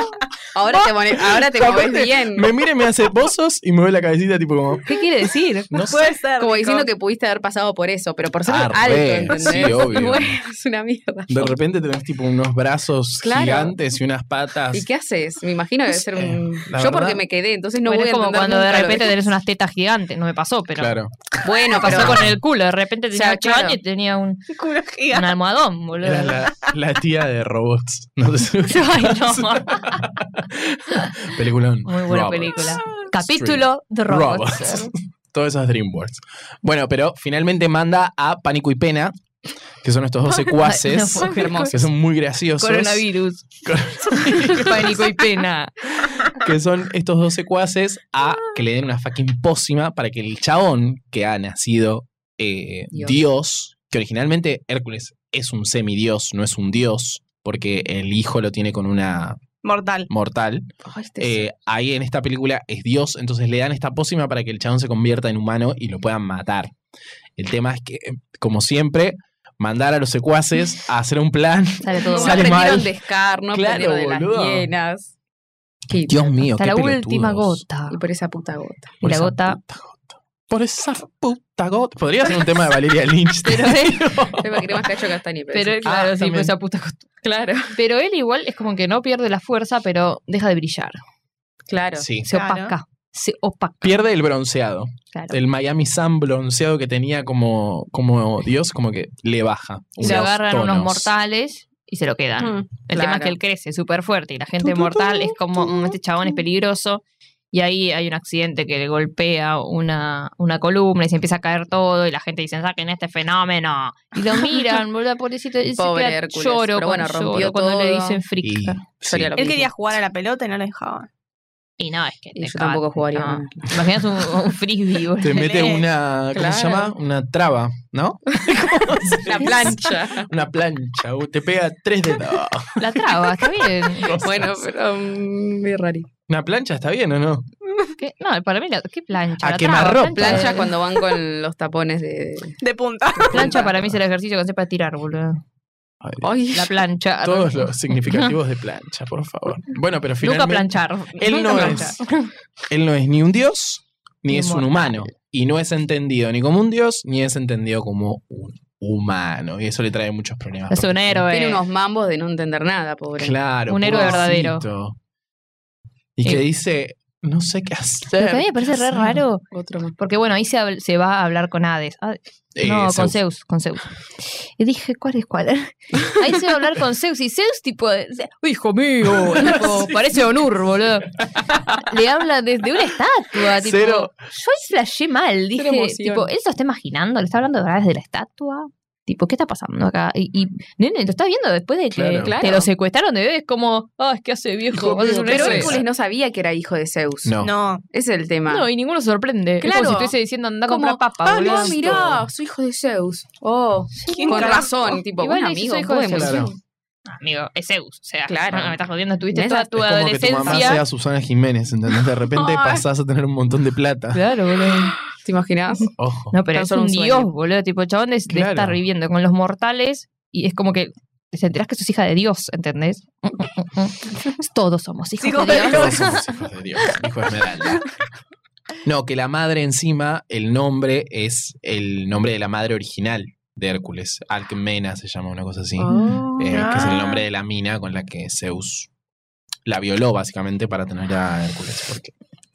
Speaker 5: Ahora te, mone- ahora te
Speaker 1: Aparte,
Speaker 5: mueves bien.
Speaker 1: Me mira y me hace pozos y mueve la cabecita tipo como...
Speaker 2: ¿Qué quiere decir?
Speaker 1: No sé.
Speaker 3: Puede ser.
Speaker 5: Como
Speaker 3: Nico.
Speaker 5: diciendo que pudiste haber pasado por eso, pero por ser
Speaker 1: Ah,
Speaker 5: alto,
Speaker 1: re,
Speaker 5: ¿entendés? *laughs*
Speaker 1: sí, obvio.
Speaker 5: Bueno, es una mierda.
Speaker 1: De repente tenés tipo unos brazos
Speaker 5: Claro.
Speaker 1: gigantes y unas patas.
Speaker 5: ¿Y qué haces? Me imagino que debe ser un.
Speaker 1: Eh,
Speaker 5: Yo
Speaker 1: la verdad-
Speaker 5: porque me quedé, entonces no
Speaker 2: Bueno,
Speaker 5: voy a
Speaker 2: es como
Speaker 5: entender
Speaker 2: cuando de
Speaker 5: nunca lo
Speaker 2: repente
Speaker 5: que-
Speaker 2: tenés unas tetas gigantes. No me pasó, pero
Speaker 1: Claro.
Speaker 5: Bueno,
Speaker 2: pasó
Speaker 5: pero
Speaker 2: con el culo. De repente
Speaker 5: O
Speaker 2: tenía
Speaker 5: sea,
Speaker 2: ocho
Speaker 5: claro.
Speaker 2: años y tenía un,
Speaker 3: *laughs* Culo
Speaker 2: un
Speaker 5: *laughs*
Speaker 3: gigante.
Speaker 2: almohadón, boludo.
Speaker 1: Era la, la tía de robots. No sé.
Speaker 2: *laughs* Ay,
Speaker 5: *laughs*
Speaker 2: no.
Speaker 1: Peliculón. pues.
Speaker 2: Muy buena
Speaker 1: Robots.
Speaker 2: película. Capítulo de robots.
Speaker 1: Robots. *laughs* Todo eso es DreamWorks. Bueno, pero finalmente manda a Pánico y Pena, que son estos dos secuaces,
Speaker 2: *laughs* Ay, no, qué hermoso.
Speaker 1: que son muy graciosos.
Speaker 2: Coronavirus. *laughs* Pánico y pena.
Speaker 1: Que son estos dos secuaces a que le den una fucking pócima para que el chabón que ha nacido eh,
Speaker 5: Dios.
Speaker 1: Dios. que originalmente Hércules es un semidios, no es un dios, porque el hijo lo tiene con una
Speaker 3: Mortal.
Speaker 1: mortal.
Speaker 5: *laughs* Ay, este-
Speaker 1: Eh, ahí en esta película es Dios, entonces le dan esta pócima para que el chabón se convierta en humano y lo puedan matar. El tema es que, como siempre, mandar a los secuaces a hacer un plan.
Speaker 2: Sale todo
Speaker 5: no
Speaker 2: mal.
Speaker 1: sale
Speaker 5: aprendieron
Speaker 1: mal.
Speaker 5: de Scar, no
Speaker 1: Claro,
Speaker 5: aprendieron de las
Speaker 1: boludo.
Speaker 5: hienas. Qué
Speaker 1: *laughs* Dios mío,
Speaker 2: Hasta
Speaker 1: qué
Speaker 2: la
Speaker 1: pelotudos.
Speaker 2: última gota.
Speaker 5: Y por esa puta gota.
Speaker 2: Y
Speaker 1: Por
Speaker 2: la
Speaker 1: esa
Speaker 2: gota.
Speaker 1: puta gota. Por esa puta gota. Podría ser un tema de Valeria Lynch. te
Speaker 5: Pero-
Speaker 1: digo.
Speaker 5: Yo me quería más cacho castaña, pero.
Speaker 2: Pero
Speaker 5: sí.
Speaker 2: él, claro, sí,
Speaker 1: Ah, también.
Speaker 2: por esa puta cost- Claro. Pero él igual es como que no pierde la fuerza, pero deja de brillar.
Speaker 5: claro.
Speaker 1: *laughs* Sí.
Speaker 2: Se
Speaker 3: Claro.
Speaker 2: opaca. Se opaca.
Speaker 1: Pierde el bronceado.
Speaker 2: Claro.
Speaker 1: El Miami Sun bronceado que tenía como, como Dios, como que le baja.
Speaker 2: Se
Speaker 1: unos
Speaker 2: agarran unos
Speaker 1: tonos.
Speaker 2: mortales y se lo quedan.
Speaker 3: Mm.
Speaker 2: El
Speaker 5: Claro.
Speaker 2: tema es que él crece súper fuerte y la gente
Speaker 3: Tu, tu,
Speaker 2: mortal
Speaker 3: tu,
Speaker 2: es como,
Speaker 3: tu,
Speaker 2: "Mm, este chabón es peligroso. Y ahí hay un accidente que le golpea una, una columna y se empieza a caer todo y la gente dice, saquen este fenómeno. Y
Speaker 5: *laughs*
Speaker 2: lo miran, boludo, pobrecito. y se
Speaker 5: Pobre
Speaker 2: queda-
Speaker 5: Hércules,
Speaker 2: Lloro,
Speaker 5: pero bueno,
Speaker 2: cuando
Speaker 5: rompió
Speaker 2: lloro cuando le
Speaker 5: todo.
Speaker 2: dicen
Speaker 1: Y,
Speaker 2: frick.
Speaker 1: sí.
Speaker 5: Sería lo
Speaker 3: Él
Speaker 5: mismo.
Speaker 3: quería jugar a la pelota y no le dejaban.
Speaker 2: Y no, es que
Speaker 5: Y
Speaker 2: te
Speaker 5: yo
Speaker 2: caga-
Speaker 5: tampoco jugaría.
Speaker 2: no. Imaginas un, un frisbee, boludo. *laughs*
Speaker 1: Te mete una. ¿Cómo
Speaker 5: Claro.
Speaker 1: se llama? Una traba, ¿no? ¿Cómo se
Speaker 5: La *laughs*
Speaker 1: dice?
Speaker 5: plancha.
Speaker 1: Una plancha. uh, Te pega tres dedos.
Speaker 2: *laughs* La traba,
Speaker 1: *laughs*
Speaker 2: está bien.
Speaker 5: bueno, pero mm, muy raro.
Speaker 1: ¿Una plancha está bien o no?
Speaker 2: ¿Qué? No, para mí, la, ¿qué plancha?
Speaker 1: A eh,
Speaker 2: La
Speaker 1: quemarropa.
Speaker 5: Plancha cuando van con los tapones de.
Speaker 3: De punta.
Speaker 2: plancha para mí es el ejercicio que hace para tirar, boludo.
Speaker 1: Ay,
Speaker 5: Ay,
Speaker 2: La plancha. *laughs*
Speaker 1: Todos los significativos de plancha, por favor. Bueno, pero
Speaker 2: Nunca
Speaker 1: finalmente.
Speaker 2: planchar.
Speaker 1: Él
Speaker 2: Nunca
Speaker 1: no
Speaker 2: planchar.
Speaker 1: es.
Speaker 2: *laughs*
Speaker 1: Él no es ni un dios, ni
Speaker 2: Ni
Speaker 1: es un
Speaker 2: mortal.
Speaker 1: humano. Y no es entendido ni como un dios, ni es entendido como un humano. Y eso le trae muchos problemas.
Speaker 2: Es un héroe.
Speaker 5: tiene unos mambos de no entender nada, pobre.
Speaker 1: Claro.
Speaker 2: Un héroe
Speaker 1: pobrecito. Y
Speaker 2: Sí.
Speaker 1: que dice, no sé qué
Speaker 2: Lo
Speaker 1: hacer.
Speaker 2: que a mí me parece re
Speaker 1: Sí.
Speaker 2: raro.
Speaker 5: Otro más.
Speaker 2: Porque bueno, ahí se, habl- se va a hablar con Hades. Ah,
Speaker 1: Eh,
Speaker 2: no, con
Speaker 1: Zeus.
Speaker 2: Zeus, con Zeus. Y dije, ¿cuál es cuál? *laughs* Ahí se va a hablar con Zeus. Y Zeus, tipo, dice, hijo mío, tipo,
Speaker 1: *laughs*
Speaker 2: parece Onur, boludo. Le habla desde una estatua. Tipo,
Speaker 1: Cero.
Speaker 2: Yo ahí flashé mal.
Speaker 5: Cero
Speaker 2: Dije,
Speaker 5: emoción.
Speaker 2: tipo, ¿él se está imaginando? ¿Le está hablando a través de la estatua? Tipo, ¿qué está pasando acá? Y, y, nene, lo estás viendo después de que
Speaker 1: Claro.
Speaker 2: te
Speaker 5: Claro.
Speaker 2: lo secuestraron de bebé. Es como, ah, es que hace viejo.
Speaker 1: Hijo
Speaker 2: vos sos
Speaker 1: mío,
Speaker 2: un
Speaker 1: ¿qué
Speaker 5: Pero
Speaker 1: es
Speaker 2: héroe.
Speaker 1: eso?
Speaker 5: Hércules no sabía que era hijo de Zeus.
Speaker 1: No.
Speaker 3: No.
Speaker 5: Ese es el tema.
Speaker 2: No, y ninguno se sorprende. Es como
Speaker 5: Claro.
Speaker 2: si estuviese diciendo anda a
Speaker 5: Como,
Speaker 2: comprar papa,
Speaker 5: ah,
Speaker 2: boludo.
Speaker 5: no, mirá, soy hijo de Zeus. Oh,
Speaker 3: ¿Quién
Speaker 5: con
Speaker 3: carajo?
Speaker 5: razón. Tipo,
Speaker 2: Igual
Speaker 5: un
Speaker 2: le dice,
Speaker 5: amigo,
Speaker 2: soy hijo de
Speaker 5: bueno,
Speaker 2: Zeus.
Speaker 1: Claro.
Speaker 2: Amigo, es Zeus. O sea,
Speaker 5: Claro.
Speaker 2: no me estás jodiendo, estuviste
Speaker 5: Es
Speaker 2: toda
Speaker 5: as-
Speaker 2: tu
Speaker 1: es como que tu mamá
Speaker 2: adolescencia.
Speaker 1: sea Susana Jiménez, ¿entendés? De
Speaker 2: *laughs*
Speaker 1: repente
Speaker 5: Ay.
Speaker 1: pasás a tener un montón de plata.
Speaker 2: Claro, boludo.
Speaker 5: ¿Te *laughs* imaginas?
Speaker 1: Ojo.
Speaker 2: No, pero
Speaker 5: Tan
Speaker 2: es
Speaker 5: solo
Speaker 2: un
Speaker 5: un sueño.
Speaker 2: dios, boludo. Tipo, el chabón de, de
Speaker 1: Claro.
Speaker 2: estar viviendo con los mortales y es como que te enterás que sos hija de Dios, ¿entendés? Todos somos hijos
Speaker 3: Hijos
Speaker 2: de
Speaker 3: de
Speaker 2: Dios.
Speaker 1: Todos somos hijos de Dios, hijo de Esmeralda. No, que la madre encima, el nombre es el nombre de la madre original de Hércules. Alcmena se llama una cosa así.
Speaker 5: Oh.
Speaker 1: eh,
Speaker 3: Ah.
Speaker 1: Que es el nombre de la mina con la que Zeus la violó básicamente para tener a Hércules. Porque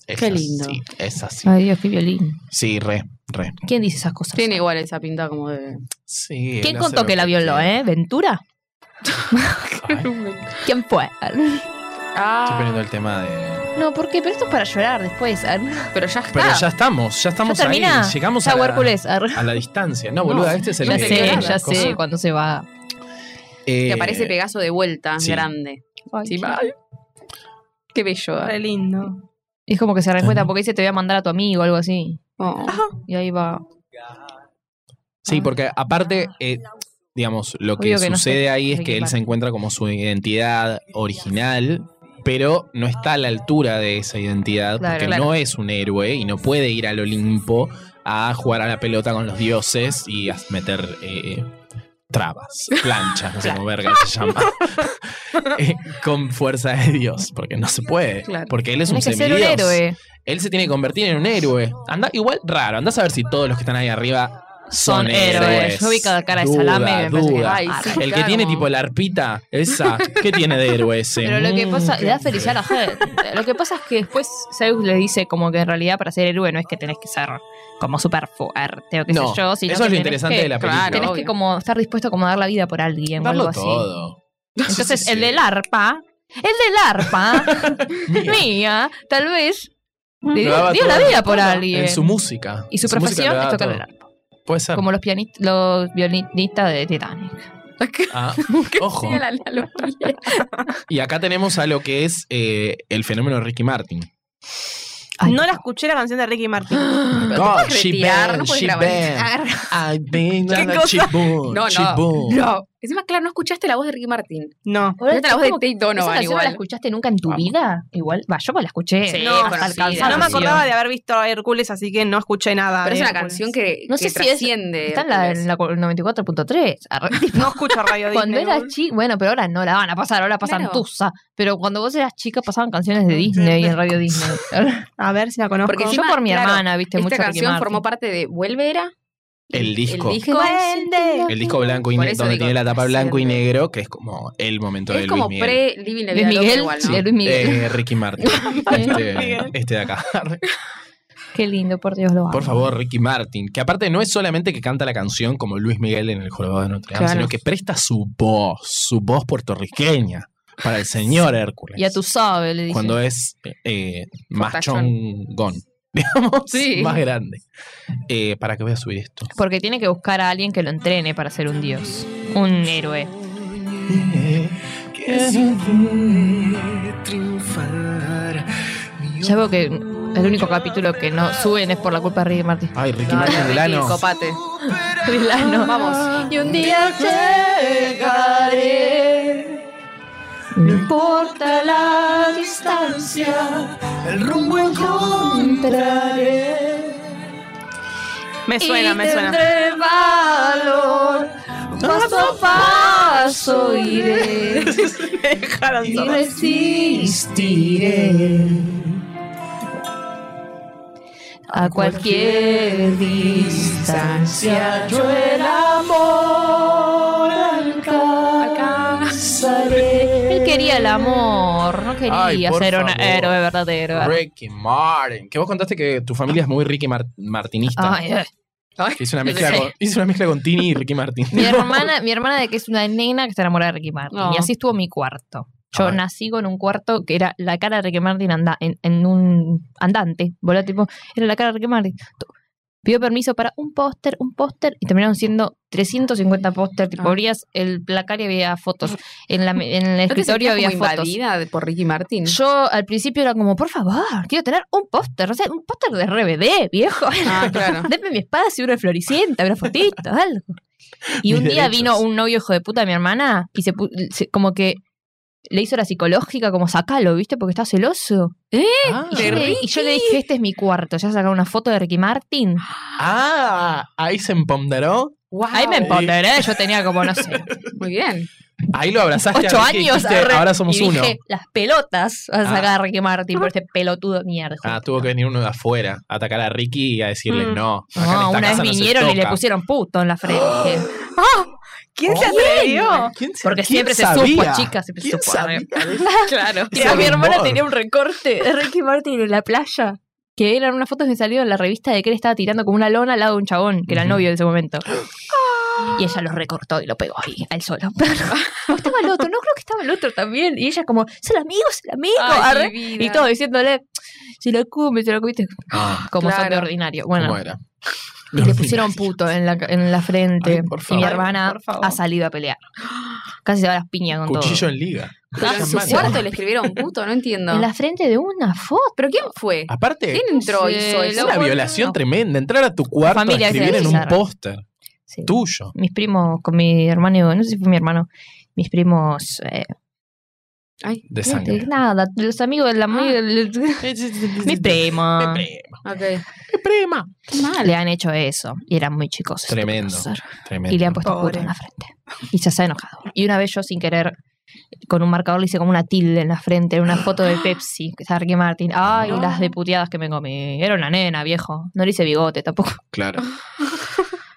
Speaker 1: es
Speaker 5: Qué lindo.
Speaker 1: así, es así.
Speaker 2: Ay, Dios, qué violín.
Speaker 1: Sí, re, re.
Speaker 2: ¿Quién dice esas cosas?
Speaker 5: Tiene igual esa pinta como de.
Speaker 1: Sí,
Speaker 2: ¿Quién
Speaker 1: él hace
Speaker 2: contó
Speaker 1: lo
Speaker 2: que la violó,
Speaker 1: quiere.
Speaker 2: eh? ¿Ventura?
Speaker 1: Ay,
Speaker 2: ¿Quién fue?
Speaker 1: estoy poniendo
Speaker 5: Ah,
Speaker 1: el tema de...
Speaker 2: No, ¿por qué? Pero esto es para llorar después. ar.
Speaker 5: pero ya está.
Speaker 1: Pero ya estamos, ya estamos
Speaker 2: Ah. Ya
Speaker 1: ahí.
Speaker 2: termina.
Speaker 1: Llegamos a
Speaker 2: Chao,
Speaker 1: la,
Speaker 2: Hércules. ar.
Speaker 1: a la distancia. No, boluda, este es el
Speaker 2: Ya
Speaker 1: que-
Speaker 2: sé,
Speaker 5: llorar
Speaker 1: las
Speaker 2: ya
Speaker 1: cosas.
Speaker 2: sé cuando se va.
Speaker 5: Que
Speaker 1: Eh,
Speaker 5: aparece Pegaso de vuelta,
Speaker 1: sí.
Speaker 5: grande.
Speaker 2: Ay,
Speaker 5: Sí,
Speaker 2: qué-
Speaker 5: ay, Qué bello.
Speaker 3: Re
Speaker 5: eh.
Speaker 3: lindo.
Speaker 2: Es como que se da
Speaker 1: Ajá.
Speaker 2: cuenta porque dice te voy a mandar a tu amigo o algo así.
Speaker 5: Oh.
Speaker 2: Y ahí va.
Speaker 1: Sí, porque aparte, eh, digamos, lo que
Speaker 2: Ah. Obvio que no
Speaker 1: sucede
Speaker 2: sé.
Speaker 1: ahí es
Speaker 2: Hay
Speaker 1: que
Speaker 2: que
Speaker 1: él
Speaker 2: parar.
Speaker 1: se encuentra como su identidad original, pero no está a la altura de esa identidad,
Speaker 2: Claro,
Speaker 1: porque
Speaker 5: claro.
Speaker 1: no es un héroe y no puede ir al Olimpo a jugar a la pelota con los dioses y a meter eh, trabas, planchas, no sé cómo verga se llama, *laughs* eh, con fuerza de Dios, porque no se puede,
Speaker 5: Claro.
Speaker 1: porque él es un
Speaker 2: Tienes que ser un
Speaker 1: semidios.
Speaker 2: héroe.
Speaker 1: Él se tiene que convertir en un héroe. Anda, igual raro, anda a saber si todos los que están ahí arriba son,
Speaker 2: Son héroes. Yo vi cada cara de
Speaker 1: Duda,
Speaker 2: salame y me parece que
Speaker 1: duda.
Speaker 2: va.
Speaker 5: Ay, sí,
Speaker 1: El que
Speaker 5: claro.
Speaker 1: tiene tipo la arpita, esa, ¿qué tiene de héroe ese?
Speaker 2: Pero lo que
Speaker 1: Mm,
Speaker 2: pasa,
Speaker 1: qué
Speaker 2: le da felicidad a la gente. Lo que pasa es que después Zeus le dice como que en realidad para ser héroe no es que tenés que ser como súper fuerte o qué
Speaker 1: No,
Speaker 2: sé yo. sino
Speaker 1: eso
Speaker 2: que
Speaker 1: es lo
Speaker 2: tenés
Speaker 1: interesante
Speaker 2: que-
Speaker 1: de la película.
Speaker 5: claro,
Speaker 2: Tenés
Speaker 5: obvio.
Speaker 2: que como estar dispuesto a como dar la vida por alguien o
Speaker 1: Darlo
Speaker 2: algo así.
Speaker 1: todo.
Speaker 2: Entonces
Speaker 1: Sí, sí,
Speaker 2: el
Speaker 1: sí.
Speaker 2: del arpa, el del arpa
Speaker 1: *laughs*
Speaker 2: mía, tal vez le
Speaker 1: Lo
Speaker 2: dio
Speaker 1: daba
Speaker 2: dio la
Speaker 1: todo.
Speaker 2: vida por alguien.
Speaker 1: En su música.
Speaker 2: Y su
Speaker 1: música
Speaker 2: profesión
Speaker 1: lo
Speaker 2: es
Speaker 1: daba
Speaker 2: tocar
Speaker 1: todo.
Speaker 2: el arpa.
Speaker 1: Puede ser.
Speaker 2: Como los, pianit- los violinistas de Titanic. *laughs*
Speaker 1: Ah, ojo.
Speaker 5: *laughs* La analogía.
Speaker 1: Y acá tenemos a lo que es eh, el fenómeno Ricky Martin.
Speaker 2: Ay.
Speaker 3: No la escuché la canción de Ricky Martin.
Speaker 1: God,
Speaker 5: puedes retirar, no puedes grabar. Ah,
Speaker 1: I been
Speaker 3: ¿Qué
Speaker 1: on a
Speaker 3: cosa?
Speaker 1: cheap boom,
Speaker 5: No,
Speaker 1: cheap
Speaker 5: no.
Speaker 1: boom.
Speaker 5: No. Encima, claro, no escuchaste la voz de Ricky Martin.
Speaker 3: No.
Speaker 5: Escuchaste la voz de Tate
Speaker 2: ¿Esa
Speaker 5: Donovan
Speaker 2: canción no la
Speaker 5: igual.
Speaker 2: escuchaste nunca en tu
Speaker 5: Vamos.
Speaker 2: vida? Igual, va, yo me la escuché.
Speaker 5: Sí,
Speaker 2: hasta
Speaker 5: conocida.
Speaker 2: el cansancio.
Speaker 3: No me acordaba de haber visto a Hércules, así que no escuché nada.
Speaker 5: Pero es
Speaker 3: de
Speaker 5: una
Speaker 3: Hércules.
Speaker 5: canción
Speaker 1: pues.
Speaker 5: que,
Speaker 2: No
Speaker 5: que
Speaker 2: sé si es-
Speaker 5: trasciende.
Speaker 2: Está en la,
Speaker 5: Hércules.
Speaker 2: en la 94.3.
Speaker 5: *laughs*
Speaker 2: Arre-
Speaker 3: No escucho radio
Speaker 2: *laughs* Cuando
Speaker 3: Disney,
Speaker 2: eras
Speaker 3: boludo.
Speaker 2: chica, bueno, pero ahora no la van a pasar, ahora la pasan
Speaker 5: Claro.
Speaker 2: Tusa. Pero cuando vos eras chica pasaban canciones de Disney en
Speaker 5: *laughs*
Speaker 2: Radio Disney.
Speaker 3: A ver si la conozco.
Speaker 5: Porque
Speaker 2: yo
Speaker 5: encima,
Speaker 2: por mi
Speaker 5: claro,
Speaker 2: hermana, viste,
Speaker 5: Esta
Speaker 2: mucho Ricky
Speaker 5: canción
Speaker 2: Martin.
Speaker 5: formó parte de Vuelve era.
Speaker 1: El disco.
Speaker 5: El disco.
Speaker 3: Duende.
Speaker 1: El disco blanco y
Speaker 5: Por
Speaker 1: negro,
Speaker 5: eso
Speaker 1: donde
Speaker 5: digo,
Speaker 1: tiene la tapa blanco y
Speaker 5: siempre.
Speaker 1: negro, que es como el momento de Luis
Speaker 5: Es
Speaker 1: eh,
Speaker 5: como
Speaker 1: Miguel.
Speaker 5: pre-Living la
Speaker 2: Luis
Speaker 5: vida loca
Speaker 2: Miguel,
Speaker 5: igual,
Speaker 2: sí,
Speaker 5: ¿no?
Speaker 2: Luis Miguel.
Speaker 1: Eh, Ricky Martin.
Speaker 2: Luis
Speaker 1: Este,
Speaker 3: Miguel.
Speaker 1: este de acá.
Speaker 2: Qué lindo, por Dios, lo amo.
Speaker 1: Por favor, Ricky Martin, que aparte no es solamente que canta la canción como Luis Miguel en El Jorobado de Notre Dame,
Speaker 5: Claro.
Speaker 1: sino que presta su voz, su voz puertorriqueña para el señor Hércules.
Speaker 2: Ya tú sabes, le dice.
Speaker 1: cuando es eh, más
Speaker 5: Fortachón.
Speaker 1: chongón, *laughs* digamos,
Speaker 5: Sí.
Speaker 1: más grande. Eh, para que voy a subir esto.
Speaker 2: Porque tiene que buscar a alguien que lo entrene para ser un dios. Un héroe. Ya veo que el único capítulo que no suben es por la culpa de Ricky *laughs* Martin.
Speaker 1: Ay, Ricky Martin del ano.
Speaker 5: Copate.
Speaker 2: Vilano.
Speaker 5: Vamos.
Speaker 2: Y un día llegaré. No importa la distancia, el rumbo encontraré.
Speaker 3: Me suena,
Speaker 2: y
Speaker 3: me
Speaker 5: *laughs*
Speaker 3: suena.
Speaker 2: tendré valor. Paso a paso iré
Speaker 3: *laughs* Me dejaron
Speaker 2: y
Speaker 3: sola.
Speaker 2: resistiré a cualquier distancia. Yo el amor alcanzaré. Él quería el amor, no quería
Speaker 1: Ay, por
Speaker 2: ser un
Speaker 1: favor.
Speaker 2: héroe verdadero.
Speaker 1: Ricky Martin. Que vos contaste que tu familia es muy Ricky Mar- Martinista.
Speaker 2: Ay, eh.
Speaker 1: Que hice una mezcla con, hice una mezcla con Tini y Ricky Martin.
Speaker 5: *laughs*
Speaker 2: Mi hermana, mi hermana de que es una nena que se enamora de Ricky Martin.
Speaker 5: No.
Speaker 2: Y así estuvo mi cuarto. Yo
Speaker 1: Ay.
Speaker 2: nací con un cuarto que era la cara de Ricky Martin anda, en, en un andante. Voló tipo, era la cara de Ricky Martin. Tu- Pidió permiso para un póster, un póster, y terminaron siendo 350 póster. Tipo,
Speaker 5: Ah.
Speaker 2: abrías el placar y había fotos. En, la, en
Speaker 5: *laughs*
Speaker 2: el
Speaker 5: ¿No te
Speaker 2: escritorio
Speaker 5: sentías
Speaker 2: había
Speaker 5: como
Speaker 2: fotos.
Speaker 5: invadida de- por Ricky Martin?
Speaker 2: Yo al principio era como, por favor, quiero tener un póster, no sé, un póster de RBD, viejo.
Speaker 5: Ah, claro.
Speaker 2: Denme mi espacio, una floricienta, una fotito, algo. Y
Speaker 1: Mis
Speaker 2: un día
Speaker 1: derechos.
Speaker 2: vino un novio hijo de puta de mi hermana y se, pu- se- como que le hizo la psicológica, como sacalo, ¿viste? Porque está celoso.
Speaker 1: Ah,
Speaker 2: Y yo, le, y yo le dije, este es mi cuarto, ya sacaron una foto de Ricky Martin.
Speaker 1: ah, ahí se emponderó.
Speaker 2: Ahí me empoderé, yo tenía como,
Speaker 1: *laughs*
Speaker 2: no sé,
Speaker 5: eh, Muy bien.
Speaker 1: Ahí lo abrazaste. a
Speaker 2: ocho
Speaker 1: Ricky y
Speaker 2: años.
Speaker 1: dijiste,
Speaker 2: arre.
Speaker 1: ahora somos
Speaker 2: y dije,
Speaker 1: uno.
Speaker 2: las pelotas a sacar a Ricky Martin por este pelotudo de mierda.
Speaker 1: Ah, tuvo que venir uno de afuera a atacar a Ricky y a decirle
Speaker 3: Mm.
Speaker 1: no. Acá en
Speaker 2: No,
Speaker 1: esta
Speaker 2: una vez
Speaker 1: casa no se
Speaker 2: vinieron y le
Speaker 1: toca".
Speaker 2: pusieron puto en la frente. dije.
Speaker 3: ¿Quién se *laughs* atrevió?
Speaker 1: ¿Quién se-
Speaker 2: Porque
Speaker 1: quién
Speaker 2: siempre se
Speaker 1: sabía?
Speaker 2: supo, chicas, siempre se
Speaker 1: ¿Quién
Speaker 2: supo.
Speaker 1: sabía?
Speaker 2: *laughs*
Speaker 5: Claro.
Speaker 1: Ese
Speaker 2: Mira, mi hermana
Speaker 1: rumor.
Speaker 2: tenía un recorte de *laughs* Ricky Martin en la playa. Que eran unas fotos que salieron en la revista de que él estaba tirando como una lona al lado de un chabón, que era el
Speaker 1: Ujú.
Speaker 2: novio de ese *gasps* momento. Y ella lo recortó y lo pegó ahí, al *laughs* solo. No estaba el otro, no creo que estaba el otro también. Y ella como, son amigos, son amigos. arre". y todo diciéndole, se lo come, se lo comiste.
Speaker 1: Ah,
Speaker 2: Como son de
Speaker 5: Claro.
Speaker 2: ordinario.
Speaker 1: ¿cómo
Speaker 2: Bueno,
Speaker 1: era? *laughs*
Speaker 2: y le pusieron puto en la, en la frente.
Speaker 1: Ay, por
Speaker 2: y mi
Speaker 1: favor.
Speaker 2: hermana
Speaker 3: Por favor.
Speaker 2: ha salido a pelear. Casi se va a las piñas con
Speaker 1: Cuchillo
Speaker 2: todo.
Speaker 1: en liga.
Speaker 5: A su
Speaker 1: Hermana.
Speaker 5: cuarto le escribieron puto, no entiendo.
Speaker 2: En la frente de una foto.
Speaker 5: ¿Pero quién fue?
Speaker 1: Aparte,
Speaker 5: ¿Quién entró y
Speaker 2: Sí,
Speaker 5: hizo
Speaker 1: es
Speaker 5: eso?
Speaker 1: una violación tremenda. Entrar a tu cuarto
Speaker 2: Familia
Speaker 1: a escribir
Speaker 2: de
Speaker 1: en un
Speaker 2: César.
Speaker 1: póster
Speaker 2: Sí.
Speaker 1: tuyo.
Speaker 2: mis primos, con mi hermano, no sé si fue mi hermano, mis primos. eh,
Speaker 5: Ay,
Speaker 1: De
Speaker 2: no te
Speaker 1: sangre.
Speaker 2: dije nada, los amigos de la.
Speaker 5: Ah.
Speaker 2: *laughs*
Speaker 1: *laughs*
Speaker 2: mis primos
Speaker 1: Prema.
Speaker 5: ok.
Speaker 1: Prema.
Speaker 5: Qué mal.
Speaker 2: Ah, le han hecho eso y eran muy chicos. esto
Speaker 1: Tremendo.
Speaker 2: puede ser.
Speaker 1: Tremendo.
Speaker 2: Y le han puesto
Speaker 3: Pobre.
Speaker 2: puto en la frente. Y ya se ha enojado. Y una vez yo, sin querer, con un marcador le hice como una tilde en la frente, era una foto de Pepsi, que estaba Ricky Martin. Ay,
Speaker 5: No.
Speaker 2: las deputeadas que me comí. Era una nena, viejo. No le hice bigote tampoco.
Speaker 1: Claro.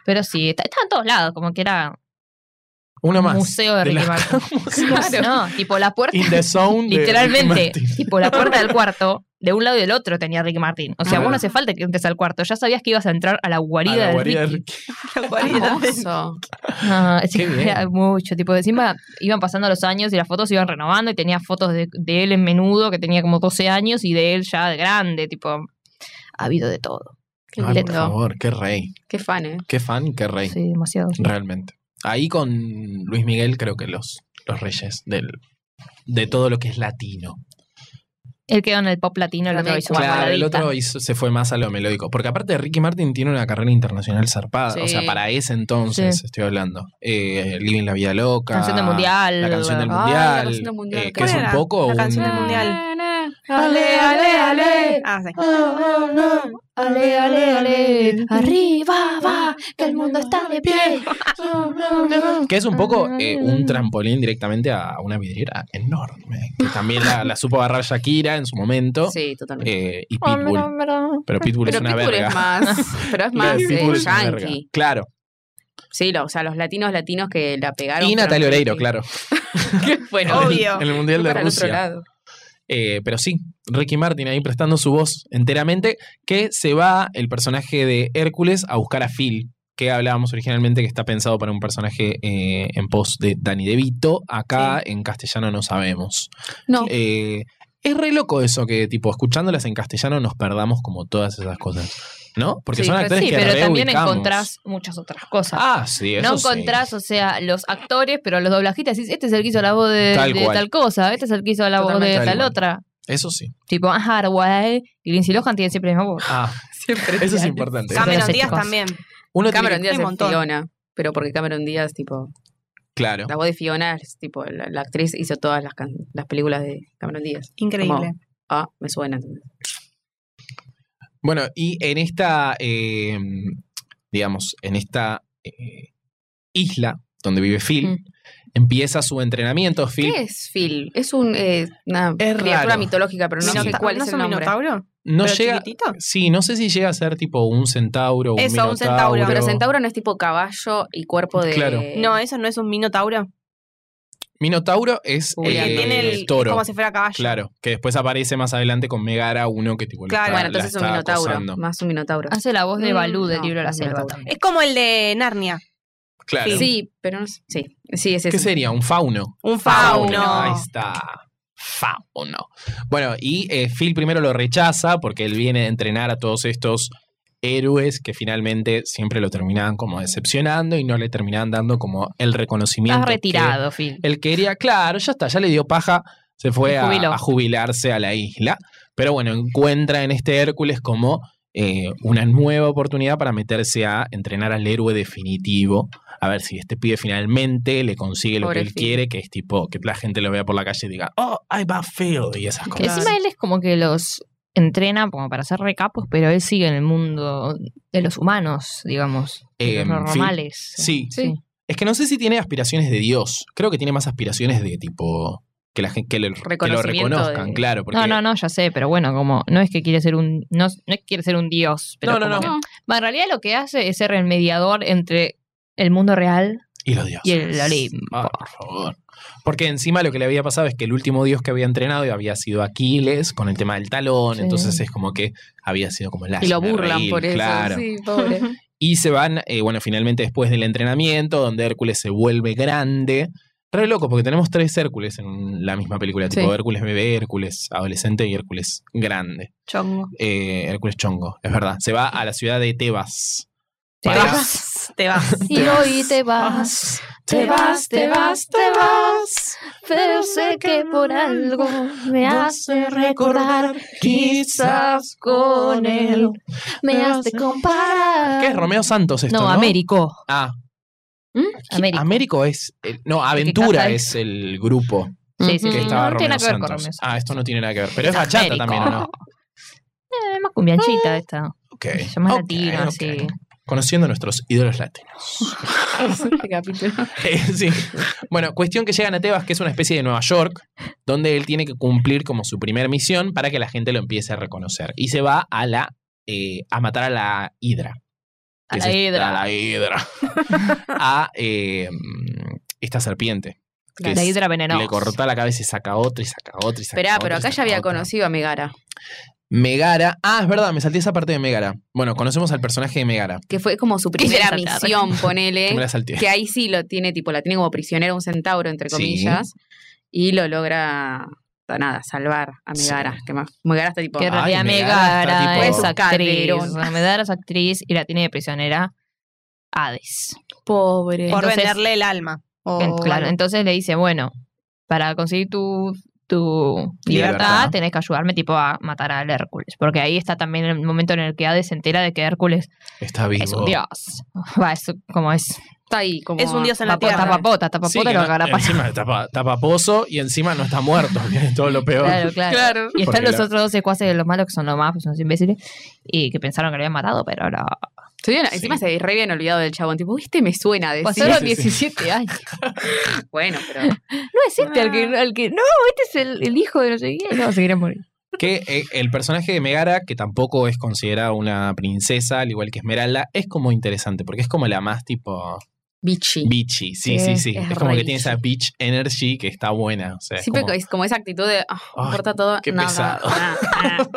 Speaker 2: Pero sí, está- estaba en todos lados, como que era
Speaker 1: Uno
Speaker 2: un
Speaker 1: más. *laughs*
Speaker 2: museo de
Speaker 1: De
Speaker 2: Ricky
Speaker 1: la-
Speaker 2: Martin. No, tipo la puerta.
Speaker 1: In the zone. de
Speaker 2: Literalmente,
Speaker 1: Ricky Martin.
Speaker 2: tipo la
Speaker 1: *laughs*
Speaker 2: puerta del cuarto, de un lado y del otro tenía Ricky Martin. O sea,
Speaker 1: Ah.
Speaker 2: vos no hace falta que entres al cuarto, ya sabías que ibas a entrar a la guarida,
Speaker 1: A la
Speaker 2: del
Speaker 1: guarida de
Speaker 2: Ricky.
Speaker 1: Ricky.
Speaker 5: *laughs* Hermoso.
Speaker 2: Ah, sí,
Speaker 1: Qué bien.
Speaker 2: era mucho, tipo, encima iban pasando los años y las fotos se iban renovando y tenía fotos de, de él en menudo, que tenía como 12 años, y de él ya de grande, tipo, ha habido de todo.
Speaker 5: Qué
Speaker 1: Ay, por
Speaker 5: lindo.
Speaker 1: favor, qué rey.
Speaker 5: Qué fan, ¿eh?
Speaker 1: Qué fan y qué rey.
Speaker 2: Sí, demasiado.
Speaker 1: Realmente. Ahí con Luis Miguel creo que los, los reyes del, de todo lo que es latino.
Speaker 2: Él quedó en el pop latino, el otro
Speaker 5: También,
Speaker 2: hizo más
Speaker 1: Claro, el
Speaker 2: baladista.
Speaker 1: otro hizo- se fue más a lo melódico. Porque aparte Ricky Martin tiene una carrera internacional zarpada. O sea,
Speaker 5: Sí.
Speaker 1: para ese entonces estoy hablando. Eh, Living la Vida Loca.
Speaker 2: Canción del mundial. ah,
Speaker 1: La canción del
Speaker 5: Ay, la
Speaker 1: mundial.
Speaker 5: canción del mundial,
Speaker 1: eh, que
Speaker 5: ¿cuál
Speaker 1: es un
Speaker 3: era?
Speaker 1: poco...
Speaker 3: La canción del
Speaker 1: un-
Speaker 3: mundial.
Speaker 5: Ale, ale, ale.
Speaker 3: Ah, sí.
Speaker 2: Oh, Ale, ale, ale. Arriba va, que el mundo está de pie.
Speaker 1: Que es un poco
Speaker 5: Ah.
Speaker 1: eh, un trampolín directamente a una vidriera enorme. Que también la, la supo agarrar Shakira en su momento.
Speaker 5: Sí, Oh, totalmente.
Speaker 1: eh, y Pitbull. Pero Pitbull
Speaker 5: pero
Speaker 1: es una
Speaker 5: Pitbull
Speaker 1: verga.
Speaker 5: es más, pero
Speaker 1: *laughs*
Speaker 5: es más eh,
Speaker 1: Pitbull es una verga.
Speaker 5: yankee.
Speaker 1: Claro.
Speaker 5: Sí, lo- o sea, los latinos latinos que la pegaron.
Speaker 1: y Natalia
Speaker 5: fueron
Speaker 1: Oreiro,
Speaker 5: yankee.
Speaker 1: claro.
Speaker 5: Qué *laughs* bueno.
Speaker 1: En el-
Speaker 3: Obvio.
Speaker 1: En el Mundial
Speaker 5: Fue
Speaker 1: de
Speaker 5: para el otro
Speaker 1: Rusia.
Speaker 5: lado.
Speaker 1: Eh, pero sí, Ricky Martin ahí prestando su voz enteramente, que se va el personaje de Hércules a buscar a Phil, que hablábamos originalmente que está pensado para un personaje eh, en pos de Danny DeVito. Acá en castellano no sabemos.
Speaker 5: No.
Speaker 1: Eh, es re loco eso que, tipo, escuchándolas en castellano nos perdamos como todas esas cosas, ¿no? Porque
Speaker 5: Sí,
Speaker 1: son
Speaker 5: pero
Speaker 1: actores
Speaker 2: Sí,
Speaker 1: que
Speaker 2: pero también
Speaker 1: reubicamos.
Speaker 2: encontrás muchas otras cosas.
Speaker 1: Ah, sí, eso
Speaker 2: no
Speaker 1: sí.
Speaker 2: encontrás, o sea, los actores, pero los doblajitas decís, este es el que hizo la voz de de
Speaker 1: Tal
Speaker 2: tal,
Speaker 1: cual.
Speaker 2: cosa, este es el que hizo la voz de
Speaker 5: Totalmente.
Speaker 2: tal,
Speaker 1: Tal cual.
Speaker 2: otra.
Speaker 1: Eso sí.
Speaker 2: Tipo, ah, Haraway y Lindsay Lohan tienen siempre la misma voz.
Speaker 1: Ah,
Speaker 5: Siempre.
Speaker 1: eso es importante.
Speaker 2: Cam-
Speaker 3: *laughs* Cameron
Speaker 2: Entonces,
Speaker 3: Díaz
Speaker 2: chicos.
Speaker 3: también.
Speaker 1: Uno tiene
Speaker 5: Cameron
Speaker 1: que-
Speaker 5: Díaz
Speaker 3: Hay
Speaker 5: es
Speaker 3: un montón.
Speaker 5: Fiona. Pero porque Cameron Díaz, tipo,
Speaker 1: Claro.
Speaker 5: la voz de Fiona es tipo, la, la actriz hizo todas las, can- las películas de Cameron Díaz.
Speaker 3: Increíble.
Speaker 5: Ah, me suena. entonces.
Speaker 1: Bueno, y en esta, eh, digamos, en esta eh, isla donde vive Phil,
Speaker 5: Mm.
Speaker 1: empieza su entrenamiento. Phil,
Speaker 5: ¿Qué es Phil? Es un, eh, una
Speaker 1: Es
Speaker 5: criatura
Speaker 1: raro.
Speaker 5: mitológica, pero no
Speaker 1: Sí.
Speaker 5: sé
Speaker 3: Minota-
Speaker 5: cuál
Speaker 3: ¿No
Speaker 5: es el
Speaker 3: un
Speaker 5: nombre.
Speaker 3: minotauro?
Speaker 1: no
Speaker 3: ¿Pero
Speaker 1: llega...
Speaker 3: chiquitito?
Speaker 1: Sí, no sé si llega a ser tipo un centauro, un
Speaker 3: Eso, un
Speaker 1: minotauro.
Speaker 3: centauro.
Speaker 5: Pero centauro no es tipo caballo y cuerpo de.
Speaker 1: Claro.
Speaker 3: No, eso no es un minotauro.
Speaker 1: Minotauro es
Speaker 5: Uy,
Speaker 1: el,
Speaker 3: El que tiene el, es
Speaker 1: toro.
Speaker 3: como si fuera caballo.
Speaker 1: Claro, que después aparece más adelante con Megara, uno que tipo... la
Speaker 3: Claro.
Speaker 1: está-
Speaker 5: Bueno,
Speaker 1: la
Speaker 5: entonces es un
Speaker 1: está
Speaker 5: minotauro.
Speaker 1: acosando.
Speaker 5: Más un minotauro.
Speaker 2: Hace la voz de
Speaker 5: Mm,
Speaker 2: Balú Ah, del
Speaker 5: no,
Speaker 2: libro de la
Speaker 5: no,
Speaker 2: selva
Speaker 5: minotauro.
Speaker 2: también.
Speaker 3: Es como el de Narnia.
Speaker 1: Claro.
Speaker 5: Sí, pero no sé. Sí, sí, es
Speaker 1: ¿Qué
Speaker 5: ese.
Speaker 1: sería? ¿Un fauno?
Speaker 3: Un
Speaker 1: Ahí
Speaker 3: fauno.
Speaker 1: está. Fauno. Bueno, y eh, Phil primero lo rechaza porque él viene a entrenar a todos estos héroes que finalmente siempre lo terminaban como decepcionando y no le terminaban dando como el reconocimiento.
Speaker 2: Estás
Speaker 1: que
Speaker 2: retirado, Phil.
Speaker 1: él quería, claro, ya está, ya le dio paja, se fue
Speaker 2: Se
Speaker 1: a,
Speaker 2: jubiló.
Speaker 1: a jubilarse a la isla. Pero bueno, encuentra en este Hércules como eh, una nueva oportunidad para meterse a entrenar al héroe definitivo. A ver si este pibe finalmente le consigue lo
Speaker 5: Pobre
Speaker 1: que él
Speaker 5: Phil.
Speaker 1: quiere, que es tipo que la gente lo vea por la calle y diga, oh, I va Phil, y esas
Speaker 2: Que
Speaker 1: cosas.
Speaker 2: Encima él es como que los entrena como para hacer recapos, pero él sigue en el mundo de los humanos, digamos, de
Speaker 1: Em,
Speaker 2: los normales.
Speaker 1: Sí. Es que no sé si tiene aspiraciones de Dios. Creo que tiene más aspiraciones de tipo que la gente que, le- que lo
Speaker 5: Reconocimiento
Speaker 1: reconozcan,
Speaker 5: de-
Speaker 1: claro. Porque
Speaker 2: No, no, no, ya sé, pero bueno, como no es que quiere ser un no, no es que quiere ser un dios, pero
Speaker 1: No, no,
Speaker 2: como
Speaker 1: no.
Speaker 2: que- Bueno, en realidad lo que hace es ser el mediador entre el mundo real
Speaker 1: Y los dioses.
Speaker 2: y el Olimpo.
Speaker 1: Ah, por favor. Porque encima lo que le había pasado es que el último dios que había entrenado había sido Aquiles con el tema del talón,
Speaker 2: Sí.
Speaker 1: entonces es como que había sido como la
Speaker 5: Y lo burlan por eso.
Speaker 1: Claro.
Speaker 5: Sí,
Speaker 1: *laughs*
Speaker 5: pobre.
Speaker 1: Y se van, eh, bueno, finalmente después del entrenamiento, donde Hércules se vuelve grande. Re loco, porque tenemos tres Hércules en la misma película, tipo
Speaker 5: Sí.
Speaker 1: Hércules bebé, Hércules adolescente y Hércules grande.
Speaker 3: Chongo.
Speaker 1: Eh, Hércules chongo, es verdad. Se va a la ciudad de Tebas.
Speaker 2: Te
Speaker 1: Para-
Speaker 2: vas,
Speaker 1: *laughs*
Speaker 3: Te vas.
Speaker 2: y hoy te vas, te vas, te vas, te vas, pero sé que por algo me hace recordar, quizás con él me has de comparar.
Speaker 1: ¿Qué es Romeo Santos esto?
Speaker 2: No,
Speaker 1: No,
Speaker 2: Américo.
Speaker 1: Ah,
Speaker 2: Américo.
Speaker 1: Américo es. el- no,
Speaker 2: casa
Speaker 1: Aventura
Speaker 2: es-
Speaker 1: es el grupo
Speaker 2: Sí, sí,
Speaker 1: que
Speaker 2: sí.
Speaker 1: estaba
Speaker 2: no
Speaker 1: Romeo
Speaker 2: tiene nada que ver con
Speaker 1: Santos.
Speaker 2: Romeo Santos.
Speaker 1: Ah, esto no tiene nada que ver. Pero es bachata
Speaker 2: Américo.
Speaker 1: también, ¿o no?
Speaker 2: Eh, más cumbianchita esta.
Speaker 1: Ok.
Speaker 2: Se llama
Speaker 1: ok,
Speaker 2: latino,
Speaker 1: ok.
Speaker 2: así.
Speaker 1: Conociendo a nuestros ídolos latinos.
Speaker 5: este capítulo.
Speaker 1: Eh, *laughs* sí. Bueno, cuestión que llegan a Tebas, que es una especie de Nueva York, donde él tiene que cumplir como su primer misión para que la gente lo empiece a reconocer. Y se va a la. eh, a matar a la Hidra.
Speaker 2: A
Speaker 1: que
Speaker 2: la
Speaker 1: es esta-
Speaker 2: hidra.
Speaker 1: A la
Speaker 2: *laughs*
Speaker 1: Hidra. a eh, esta serpiente. que
Speaker 2: La
Speaker 1: es-
Speaker 2: hidra venenosa.
Speaker 1: Le corta la cabeza y saca otra y saca otra y saca
Speaker 5: Esperá,
Speaker 1: otra
Speaker 5: pero
Speaker 1: y
Speaker 5: acá ya
Speaker 1: saca
Speaker 5: había
Speaker 1: otra.
Speaker 5: conocido a Megara.
Speaker 1: Megara. Ah, es verdad, me salté esa parte de Megara. Bueno, conocemos al personaje de Megara.
Speaker 5: Que fue como su primera
Speaker 2: Ella era
Speaker 5: misión,
Speaker 1: Que me
Speaker 5: ponele.
Speaker 1: la salté.
Speaker 5: Que ahí sí lo tiene, tipo, la tiene como prisionera un centauro, entre
Speaker 1: Sí.
Speaker 5: comillas. Y lo logra, nada, salvar a
Speaker 1: Sí.
Speaker 5: Megara. Que más, Megara está tipo.
Speaker 2: Que en
Speaker 1: Ay,
Speaker 2: realidad
Speaker 1: Megara está
Speaker 2: Megara
Speaker 1: tipo-
Speaker 2: es actriz.
Speaker 5: Calderón.
Speaker 2: Megara es actriz y la tiene de prisionera Hades.
Speaker 5: pobre.
Speaker 2: Por
Speaker 3: Por
Speaker 2: Entonces-
Speaker 3: venderle el alma. O
Speaker 2: En- Oh, claro,
Speaker 3: algo.
Speaker 2: entonces le dice, bueno, para conseguir tu, tu
Speaker 1: Libertad.
Speaker 2: libertad, tenés que ayudarme tipo a matar al Hércules. Porque ahí está también el momento en el que Hades se entera de que Hércules
Speaker 1: Está vivo.
Speaker 2: es un dios. *laughs* Va, es como es.
Speaker 5: Está ahí como.
Speaker 3: Es un dios en la
Speaker 2: Papota,
Speaker 3: tierra.
Speaker 2: tapapota, tapapota
Speaker 1: Sí, que
Speaker 2: y lo
Speaker 1: no-
Speaker 2: agarra para-
Speaker 1: encima tapa, tapa pozo y encima no está muerto, que es todo lo peor.
Speaker 2: *laughs* Claro, claro.
Speaker 5: Claro.
Speaker 2: Y están
Speaker 1: Porque
Speaker 2: los
Speaker 1: la-
Speaker 2: otros dos secuaces de los malos que son los más, pues, son los imbéciles, y que pensaron que lo habían matado, pero no.
Speaker 5: Se habían-
Speaker 1: Sí.
Speaker 5: Encima se re bien olvidado del chabón. Tipo, este me suena de
Speaker 2: Pasaron
Speaker 1: sí, sí.
Speaker 2: 17 años.
Speaker 5: *laughs* Bueno,
Speaker 1: *laughs*
Speaker 5: pero.
Speaker 2: *laughs* No es este el que, el que. No, este es el, el hijo de no sé qué. No, se quieren morir.
Speaker 1: Que eh, el personaje de Megara, que tampoco es considerada una princesa, al igual que Esmeralda, es como interesante, porque es como la más tipo.
Speaker 5: bitchy.
Speaker 1: Bitchy, sí, sí,
Speaker 5: Sí,
Speaker 1: sí.
Speaker 5: es
Speaker 1: Es, como
Speaker 5: re
Speaker 1: que tiene esa bitch energy que está buena. O sea, es
Speaker 5: Siempre
Speaker 1: como,
Speaker 5: es como esa actitud de, ah,
Speaker 1: Ay,
Speaker 5: importa todo,
Speaker 1: qué
Speaker 5: nada.
Speaker 1: pesado.
Speaker 5: nada,
Speaker 1: *laughs*
Speaker 5: nada.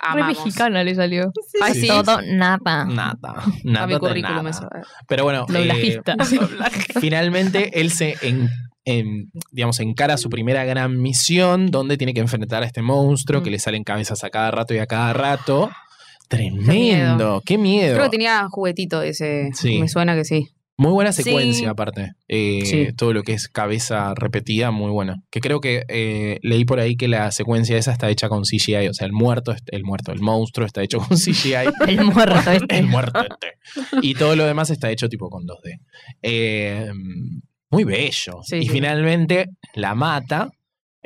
Speaker 2: Re
Speaker 5: Amamos.
Speaker 2: mexicana le salió.
Speaker 5: Ay,
Speaker 1: Sí,
Speaker 5: sí.
Speaker 2: Todo, nada.
Speaker 1: Nada,
Speaker 5: *laughs* A mi
Speaker 1: nada, de
Speaker 5: currículum
Speaker 1: nada.
Speaker 5: eso.
Speaker 1: Pero bueno, eh, *laughs*
Speaker 2: Doblajista.
Speaker 5: *laughs*
Speaker 1: finalmente él se en, en- digamos, encara su primera gran misión donde tiene que enfrentar a este monstruo que
Speaker 5: Mm.
Speaker 1: le salen cabezas a cada rato y a cada rato. Tremendo, qué miedo.
Speaker 5: Creo que tenía juguetito ese.
Speaker 1: Sí.
Speaker 5: Me suena que sí.
Speaker 1: Muy buena
Speaker 3: Sí.
Speaker 1: secuencia aparte. Eh,
Speaker 5: Sí.
Speaker 1: Todo lo que es cabeza repetida, muy buena. Que creo que eh, leí por ahí que la secuencia esa está hecha con CGI, o sea, el muerto, es- el muerto, el monstruo está hecho con *laughs* CGI.
Speaker 2: El muerto
Speaker 1: *laughs*
Speaker 2: este.
Speaker 1: El muerto este. Y todo lo demás está hecho tipo con 2D. Eh, muy bello.
Speaker 5: Sí,
Speaker 1: y
Speaker 5: sí.
Speaker 1: finalmente la mata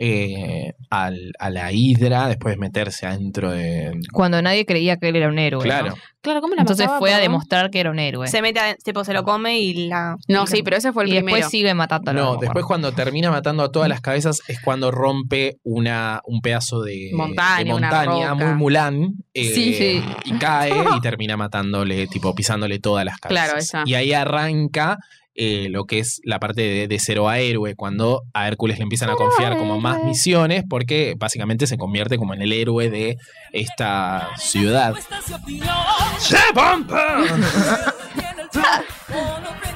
Speaker 1: eh, al- a la hidra después de meterse adentro de...
Speaker 2: Cuando nadie creía que él era un héroe.
Speaker 1: Claro.
Speaker 2: ¿no?
Speaker 5: Claro, ¿cómo la
Speaker 2: Entonces
Speaker 5: mataba,
Speaker 2: fue a
Speaker 5: perdón?
Speaker 2: demostrar que era un héroe.
Speaker 3: Se mete, a- tipo, se lo come y la.
Speaker 5: No, sí, pero ese fue el
Speaker 2: y
Speaker 5: primero.
Speaker 2: después sigue matándolo.
Speaker 1: No,
Speaker 2: me
Speaker 1: después
Speaker 2: acuerdo.
Speaker 1: cuando termina matando a todas las cabezas es cuando rompe una, un pedazo de
Speaker 5: Montaña,
Speaker 1: de
Speaker 5: una
Speaker 1: montaña
Speaker 5: roca.
Speaker 1: muy Mulan eh,
Speaker 2: Sí, sí.
Speaker 1: y cae y termina matándole, tipo pisándole todas las cabezas.
Speaker 5: Claro, esa.
Speaker 1: Y ahí arranca eh, lo que es la parte de, de cero a héroe, cuando a Hércules le empiezan a confiar como más misiones porque básicamente se convierte como en el héroe de esta ciudad. ¡Sí, Pompa!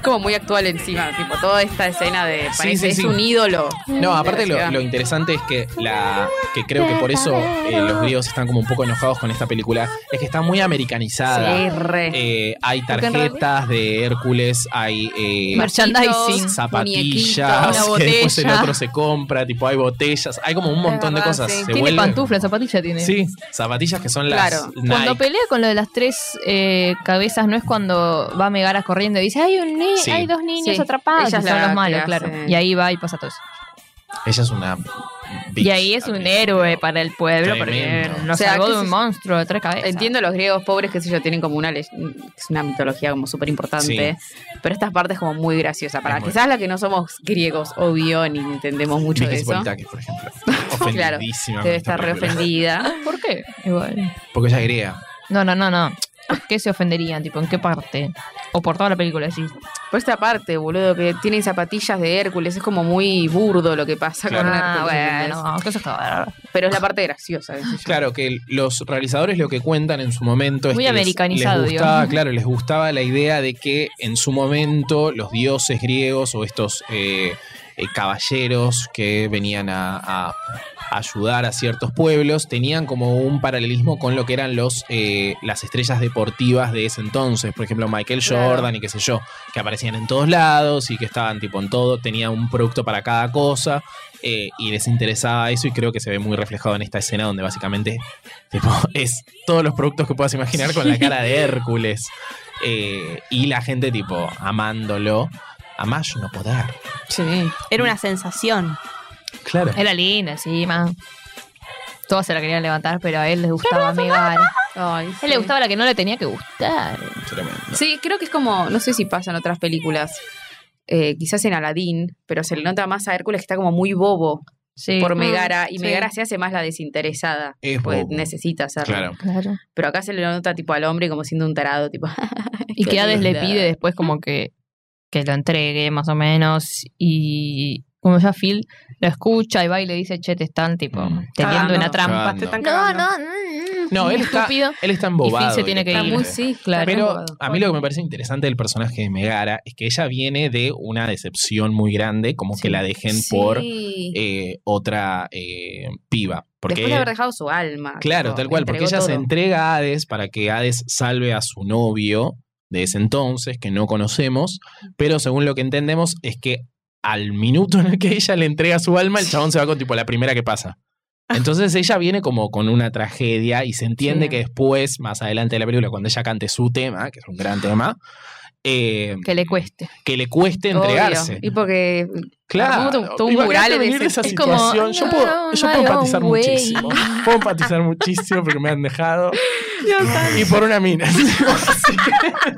Speaker 5: Como muy actual encima, tipo toda esta escena de
Speaker 1: Sí,
Speaker 5: parece
Speaker 1: sí, sí.
Speaker 5: es un ídolo.
Speaker 1: No, aparte lo,
Speaker 5: ciudad.
Speaker 1: lo interesante es que la que creo que por eso eh, los griegos están como un poco enojados con esta película es que está muy americanizada.
Speaker 5: Sí, re.
Speaker 1: Eh, hay
Speaker 2: en
Speaker 1: tarjetas de Hércules, hay eh,
Speaker 2: Merch- merchandising,
Speaker 5: Marchitos,
Speaker 1: zapatillas *laughs*
Speaker 2: muñequitos, una
Speaker 1: que después el
Speaker 2: botella.
Speaker 1: otro se compra, tipo hay botellas, hay como un montón de
Speaker 5: verdad,
Speaker 1: cosas.
Speaker 5: sí.
Speaker 1: Se
Speaker 2: Tiene
Speaker 1: vuelve-
Speaker 2: pantuflas, zapatilla tiene.
Speaker 1: Sí, zapatillas que son las
Speaker 5: Claro.
Speaker 1: Nike.
Speaker 2: Cuando pelea con lo de las tres eh, cabezas, no es cuando va Megara corriendo y dice: Hay un ni-
Speaker 1: Sí.
Speaker 2: hay dos niños
Speaker 5: Sí.
Speaker 2: atrapados,
Speaker 5: Ella
Speaker 2: que
Speaker 5: es
Speaker 2: son
Speaker 5: la
Speaker 2: los
Speaker 5: que
Speaker 2: malos,
Speaker 5: hace-
Speaker 2: claro. Y ahí va y pasa todo eso.
Speaker 1: Ella es una bitch
Speaker 2: y ahí es un
Speaker 1: también.
Speaker 2: héroe para el pueblo
Speaker 1: Tremendo.
Speaker 2: porque nos
Speaker 5: O sea,
Speaker 2: salvó
Speaker 5: que
Speaker 2: de un
Speaker 5: se-
Speaker 2: monstruo de tres cabezas.
Speaker 5: Entiendo los griegos pobres, que sé yo, tienen como una le- es una mitología como súper importante. Pero esta parte es como muy graciosa. Para
Speaker 1: Es muy-
Speaker 5: quizás la que no somos griegos, obvio, ni entendemos mucho
Speaker 1: Vicky
Speaker 5: de eso.
Speaker 1: Spolitakis, por
Speaker 2: *laughs*
Speaker 1: ejemplo. Ofendidísima. con
Speaker 5: Debe
Speaker 1: esta
Speaker 5: estar re
Speaker 1: película. *laughs*
Speaker 5: ofendida.
Speaker 2: ¿Por qué? Igual.
Speaker 1: Porque ella es griega.
Speaker 2: No, no, no, no. ¿Por qué se ofenderían? Tipo, ¿en qué parte? O por toda la película, sí.
Speaker 5: Por esta parte, boludo, que tienen zapatillas de Hércules, es como muy burdo lo que pasa
Speaker 1: Claro.
Speaker 5: con
Speaker 2: Ah,
Speaker 5: Hércules. ¿entendés?
Speaker 2: bueno, que eso está.
Speaker 5: Pero es la parte graciosa. qué sé yo.
Speaker 1: Claro, que el- los realizadores lo que cuentan en su momento es
Speaker 2: Muy
Speaker 1: que les-
Speaker 2: americanizado,
Speaker 1: les, gustaba,
Speaker 2: digamos.
Speaker 1: claro, les gustaba la idea de que en su momento los dioses griegos o estos eh, eh, caballeros que venían a, a ayudar a ciertos pueblos tenían como un paralelismo con lo que eran los eh, las estrellas deportivas de ese entonces, por ejemplo Michael
Speaker 5: Claro.
Speaker 1: Jordan y qué sé yo, que aparecían en todos lados y que estaban tipo en todo, tenían un producto para cada cosa eh, y les interesaba eso y creo que se ve muy reflejado en esta escena donde básicamente tipo, *laughs* es todos los productos que puedas imaginar con la cara de Hércules Eh, y la gente tipo amándolo a más no poder
Speaker 5: Sí.
Speaker 3: Era una sensación.
Speaker 1: claro
Speaker 5: Eh,
Speaker 2: Era linda encima. Todos se la querían levantar, pero a él les gustaba Megara. A
Speaker 5: Ay, sí.
Speaker 2: él le gustaba la que no le tenía que gustar.
Speaker 1: tremendo
Speaker 5: Sí, creo que es como, no sé si pasa en otras películas, eh, quizás en Aladdin, pero se le nota más a Hércules que está como muy bobo
Speaker 2: Sí.
Speaker 5: por Megara y
Speaker 3: sí.
Speaker 5: Megara se hace más la desinteresada,
Speaker 1: Es
Speaker 5: pues
Speaker 1: bobo.
Speaker 5: necesita hacerlo.
Speaker 1: claro
Speaker 2: Claro.
Speaker 5: Pero acá se le nota tipo al hombre como siendo un tarado, tipo. *laughs*
Speaker 2: Y que Hades le
Speaker 5: linda.
Speaker 2: pide después como que, que lo entregue más o menos. Y como ya Phil lo escucha y va y le dice, che, te están tipo
Speaker 1: Mm.
Speaker 2: teniendo
Speaker 3: Cagando.
Speaker 2: una trampa.
Speaker 1: Cagando.
Speaker 3: Te están
Speaker 2: No,
Speaker 3: cagando.
Speaker 2: no, mm, mm,
Speaker 1: No, él está-
Speaker 2: estúpido.
Speaker 1: él está embobado
Speaker 2: Y Finn se tiene que
Speaker 5: Está "Ah,
Speaker 2: ir.
Speaker 5: muy
Speaker 1: directamente.
Speaker 5: sí, claro.
Speaker 1: pero a mí lo que me parece interesante del personaje de Megara es que ella viene de una decepción muy grande como que la dejen por
Speaker 5: Sí.
Speaker 1: eh, otra eh, piba porque
Speaker 5: Después de haber dejado su alma.
Speaker 1: Claro,
Speaker 5: tipo,
Speaker 1: tal cual, porque ella
Speaker 5: entregó
Speaker 1: se
Speaker 5: todo.
Speaker 1: entrega a Hades para que Hades salve a su novio de ese entonces, que no conocemos, pero según lo que entendemos es que al minuto en el que ella le entrega su alma, el chabón se va con tipo la primera que pasa. Entonces ella viene como con una tragedia y se entiende
Speaker 5: Sí.
Speaker 1: que después, más adelante de la película, cuando ella cante su tema, que es un gran tema, eh,
Speaker 2: Que le cueste.
Speaker 1: que le cueste
Speaker 5: Obvio.
Speaker 1: entregarse.
Speaker 5: Y porque
Speaker 1: Claro.
Speaker 5: Armó un- todo un
Speaker 1: Imagínate
Speaker 5: mural en
Speaker 1: vivir
Speaker 5: ese-
Speaker 1: esa
Speaker 5: es
Speaker 2: como,
Speaker 1: situación. yo puedo, yo
Speaker 2: no,
Speaker 1: puedo
Speaker 2: no,
Speaker 1: empatizar
Speaker 2: güey.
Speaker 1: muchísimo. Puedo empatizar muchísimo porque me han dejado. y por una mina. *laughs* Así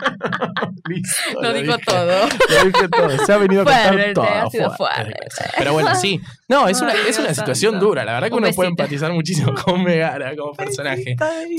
Speaker 1: que- Listo,
Speaker 5: Lo dijo
Speaker 1: dije.
Speaker 5: todo.
Speaker 1: Lo dije todo. Se ha venido a
Speaker 5: Fuerte,
Speaker 1: contar
Speaker 5: ha
Speaker 1: todo.
Speaker 5: sido
Speaker 1: Pero bueno, sí. No, es una,
Speaker 3: Ay,
Speaker 1: es una
Speaker 3: Dios
Speaker 1: situación
Speaker 3: santo.
Speaker 1: dura. La verdad que
Speaker 2: Un
Speaker 1: uno puede
Speaker 2: besito.
Speaker 1: empatizar muchísimo *laughs* con Megara como personaje.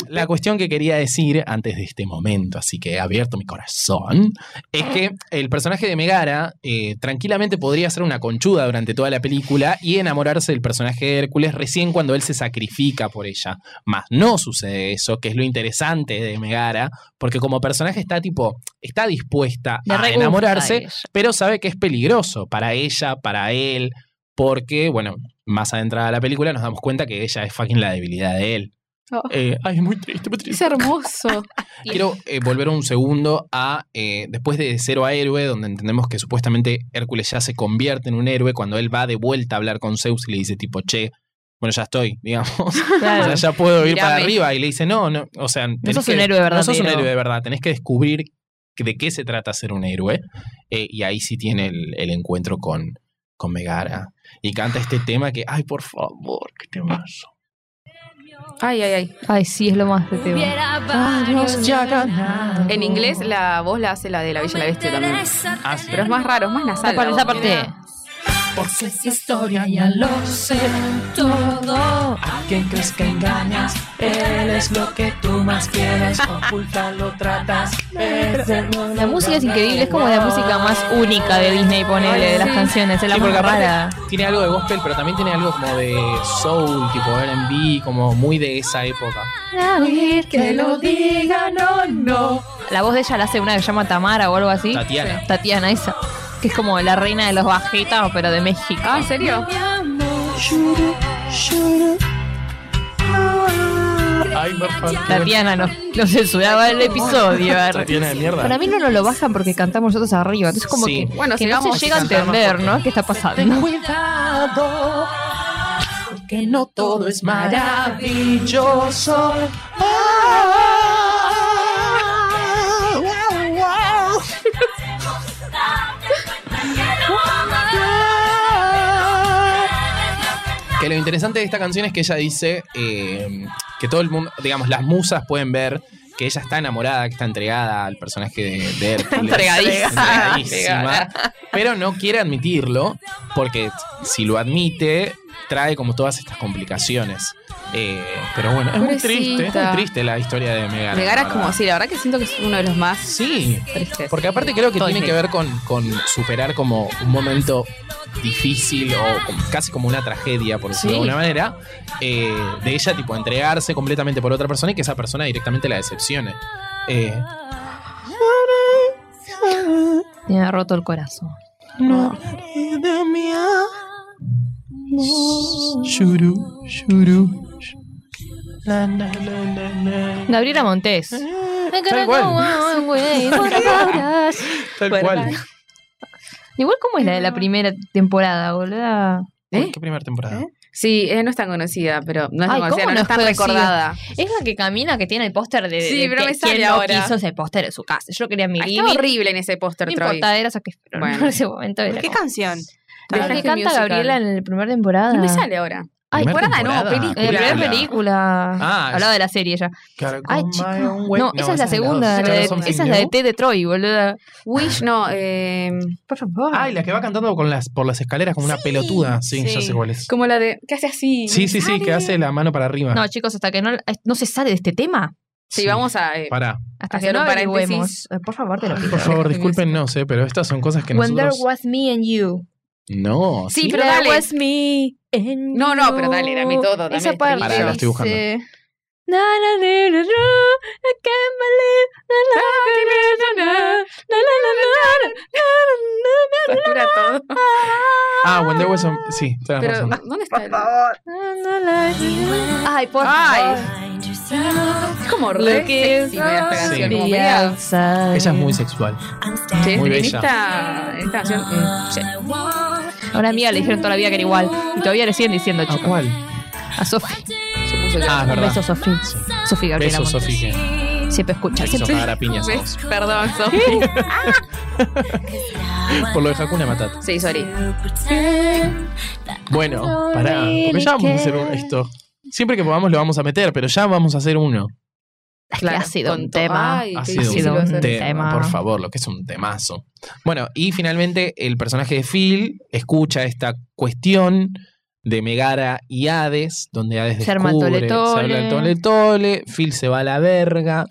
Speaker 1: La cuestión que quería decir antes de este momento, así que he abierto mi corazón, es que el personaje de Megara eh, tranquilamente podría ser una conchuda durante toda la película y enamorarse del personaje de Hércules recién cuando él se sacrifica por ella. Mas no sucede eso, que es lo interesante de Megara, porque como personaje está tipo, está dispuesta
Speaker 2: Le
Speaker 1: a
Speaker 2: re
Speaker 1: enamorarse,
Speaker 2: gusta
Speaker 1: pero sabe que es peligroso para ella, para él, porque, bueno, más adentrada a la película nos damos cuenta que ella es fucking la debilidad de él.
Speaker 5: Oh.
Speaker 1: Eh, ay, es muy triste, muy
Speaker 5: Es
Speaker 1: triste.
Speaker 5: hermoso.
Speaker 1: Quiero eh, volver un segundo a, eh, después de Cero a Héroe, donde entendemos que supuestamente Hércules ya se convierte en un héroe cuando él va de vuelta a hablar con Zeus y le dice tipo, che, bueno, ya estoy, digamos, *laughs* o sea,
Speaker 2: Claro.
Speaker 1: ya puedo ir para
Speaker 5: Mírame.
Speaker 1: arriba. Y le dice, no, no, o sea, tenés
Speaker 2: sos un héroe
Speaker 1: No sos un
Speaker 2: verdadero.
Speaker 1: héroe de verdad, tenés que descubrir que- de qué se trata ser un héroe. Eh, y ahí sí tiene el, el encuentro con, con Megara. Y canta este tema que, ay, por favor, qué temazo.
Speaker 5: Ay, ay, ay.
Speaker 2: Ay, sí, es lo más de tema.
Speaker 4: Hubiera varios
Speaker 1: ya
Speaker 5: *laughs* En inglés la voz la hace la de la Bella y la Bestia también.
Speaker 1: Ah,
Speaker 5: Pero es más raro, es más nasal.
Speaker 2: Esa,
Speaker 5: la
Speaker 2: esa
Speaker 5: voz.
Speaker 2: parte.
Speaker 1: Porque es historia ya lo sé todo. A quien crees que engañas, eres lo que tú más quieres. Oculta lo tratas.
Speaker 2: La música es increíble, es como la música más única de Disney, ponele, de las canciones. Es la más rara.
Speaker 1: tiene algo de gospel, pero también tiene algo como de soul, tipo R&B, como muy de esa época.
Speaker 2: que lo diga, no, no. La voz de ella la hace una que se llama Tamara o algo así.
Speaker 1: Tatiana.
Speaker 2: Tatiana, esa. Que es como la reina de los bajitos, pero de México.
Speaker 5: Ah, ¿en serio?
Speaker 1: Ay, por favor.
Speaker 2: Tatiana no, no censuraba el episodio.
Speaker 1: Tatiana de mierda.
Speaker 2: Para mí no nos lo bajan porque cantamos nosotros arriba. Entonces como
Speaker 1: Sí.
Speaker 2: que,
Speaker 5: Bueno,
Speaker 2: que no
Speaker 5: sigamos
Speaker 2: se llega a
Speaker 5: cantando
Speaker 2: entender,
Speaker 5: porque-
Speaker 2: ¿no? ¿Qué está *laughs* pasando?
Speaker 1: cuidado, porque no todo es maravilloso. Que lo interesante de esta canción es que ella dice eh, que todo el mundo, digamos, las musas pueden ver que ella está enamorada, que está entregada al personaje de, de Hércules.
Speaker 5: Entregadísima.
Speaker 1: Entregadísima. Pero no quiere admitirlo porque si lo admite trae como todas estas complicaciones. Eh, pero bueno, es muy triste, es muy
Speaker 5: Pobrecita.
Speaker 1: triste la historia de Megara.
Speaker 5: Megara
Speaker 1: la
Speaker 5: es como,
Speaker 1: verdad.
Speaker 5: sí, la verdad que siento que es uno de los más
Speaker 1: Sí,
Speaker 5: tristes.
Speaker 1: porque aparte creo que
Speaker 5: Todo
Speaker 1: tiene
Speaker 5: el
Speaker 1: que
Speaker 5: tiempo.
Speaker 1: ver con, con superar como un momento difícil o como- casi como una tragedia, por decirlo
Speaker 5: Sí.
Speaker 1: de alguna manera, eh, de ella tipo entregarse completamente por otra persona y que esa persona directamente la decepcione. Eh,
Speaker 2: Me ha roto el corazón.
Speaker 1: no. vida mía. Shuru, shuru. La, la, la, la, la.
Speaker 2: Gabriela Montes.
Speaker 1: Tal cual,
Speaker 2: *laughs*
Speaker 1: tal
Speaker 5: Bueno,
Speaker 1: cual.
Speaker 2: Igual como es la de la primera temporada, boluda.
Speaker 5: ¿Eh?
Speaker 1: ¿Qué primera temporada?
Speaker 5: Sí, eh, no es tan conocida, pero no es tan
Speaker 2: Ay,
Speaker 5: conocida,
Speaker 2: ¿cómo
Speaker 5: no,
Speaker 2: no
Speaker 5: es tan
Speaker 2: es conocida?
Speaker 5: recordada.
Speaker 2: Es la que camina que tiene el póster de,
Speaker 5: Sí,
Speaker 2: de
Speaker 5: pero
Speaker 2: que-
Speaker 5: me sale
Speaker 2: ¿quién no
Speaker 5: ahora.
Speaker 2: quiso ese póster en su casa. Yo lo quería en mi
Speaker 5: Ay,
Speaker 2: living.
Speaker 5: Está horrible en ese póster,
Speaker 2: No
Speaker 5: Troy.
Speaker 2: importa, era esa que
Speaker 5: Bueno.
Speaker 2: *laughs* en ese momento era.
Speaker 3: ¿Qué
Speaker 2: como-
Speaker 3: canción?
Speaker 2: La
Speaker 5: High
Speaker 2: que
Speaker 5: School
Speaker 2: canta
Speaker 5: Musical.
Speaker 2: Gabriela en la primera temporada.
Speaker 5: No me sale ahora.
Speaker 2: Ay,
Speaker 1: ¿Primera
Speaker 5: temporada no,
Speaker 1: temporada?
Speaker 2: En la
Speaker 5: película.
Speaker 2: primera Eh, película.
Speaker 1: Ah,
Speaker 2: Hablaba de la serie ya.
Speaker 1: Gotta
Speaker 2: Ay,
Speaker 1: go
Speaker 2: chica.
Speaker 1: my own way.
Speaker 2: No, esa es la segunda.
Speaker 1: otra.
Speaker 2: la de-
Speaker 1: Something
Speaker 2: Esa es la de
Speaker 1: New.
Speaker 2: T de Troy, boluda.
Speaker 5: Wish, no, eh,
Speaker 2: Por favor.
Speaker 1: Ay, la que va cantando con las, por las escaleras como una pelotuda. Sí, ya
Speaker 3: sí.
Speaker 1: sé cuál es.
Speaker 5: como la de, ¿qué hace así?
Speaker 1: Sí, sí, sí, que hace la mano para
Speaker 5: Ah.
Speaker 1: arriba.
Speaker 2: No, chicos, hasta que no, no se sale de este tema.
Speaker 5: Sí, vamos a... eh,
Speaker 1: Pará.
Speaker 2: Hasta que
Speaker 5: Hacer
Speaker 2: no
Speaker 5: un paréntesis.
Speaker 2: averigüemos. Eh, Por favor, te lo pido.
Speaker 1: Por favor, discúlpenos, eh, pero estas son cosas que
Speaker 2: When there
Speaker 1: nosotros...
Speaker 2: was me and you.
Speaker 1: No.
Speaker 5: Sí,
Speaker 2: If
Speaker 5: pero
Speaker 2: there
Speaker 5: dale.
Speaker 2: was me and
Speaker 5: No, no, pero dale,
Speaker 2: you.
Speaker 5: dame todo, dame
Speaker 2: Esa
Speaker 5: el
Speaker 2: parte
Speaker 1: Pará, la estoy buscando.
Speaker 2: dice, "Na, na, na, na, na, I can't believe, na,
Speaker 5: Ah,
Speaker 2: na, na, na, na, na, na, na, na, na,
Speaker 5: satura todo.
Speaker 1: Ah, When there was... a- Sí, tenés
Speaker 5: Pero,
Speaker 1: razón.
Speaker 5: ¿dónde está? el-
Speaker 2: na, na, na, na, na". Ay, por
Speaker 5: Ay,
Speaker 2: favor.
Speaker 5: es como re
Speaker 2: Lo que
Speaker 5: sexy media esta
Speaker 1: Sí.
Speaker 5: canción.
Speaker 2: The
Speaker 5: Como media-
Speaker 2: outside.
Speaker 1: Ella es muy sexual.
Speaker 5: Sí,
Speaker 1: Muy
Speaker 5: en
Speaker 1: bella.
Speaker 5: Esta, esta canción, mm, sí.
Speaker 2: A una amiga le dijeron toda la vida que era igual. Y todavía le siguen diciendo,
Speaker 5: Ah,
Speaker 1: ¿A
Speaker 2: chicos.
Speaker 1: cuál?
Speaker 2: A Sofi.
Speaker 1: Ah, es
Speaker 2: Un beso,
Speaker 1: verdad.
Speaker 2: Sofi. Sofi Gabriela.
Speaker 1: Besos,
Speaker 2: Montes.
Speaker 1: Sofi. que
Speaker 2: Siempre escucha.
Speaker 1: te hizo
Speaker 2: Siempre.
Speaker 1: cagar a piñas. a vos.
Speaker 5: Perdón, Sofi.
Speaker 1: Por lo de Hakuna Matata.
Speaker 5: Sí, sorry.
Speaker 1: Bueno, pará. Porque ya vamos a hacer un- esto. Siempre que podamos lo vamos a meter, pero ya vamos a hacer uno.
Speaker 2: ha sido
Speaker 5: con
Speaker 2: un
Speaker 5: to-
Speaker 2: tema.
Speaker 5: Ay,
Speaker 1: Ha
Speaker 5: qué
Speaker 1: sido,
Speaker 5: difícil va a
Speaker 1: un
Speaker 5: ser.
Speaker 1: tema,
Speaker 2: tema.
Speaker 1: por favor, lo que es un temazo. Bueno, y finalmente el personaje de Phil escucha esta cuestión de Megara y Hades, donde Hades
Speaker 2: Se arma el
Speaker 1: descubre,
Speaker 2: tole-tole.
Speaker 1: se arma el tole-tole, Phil se va a la verga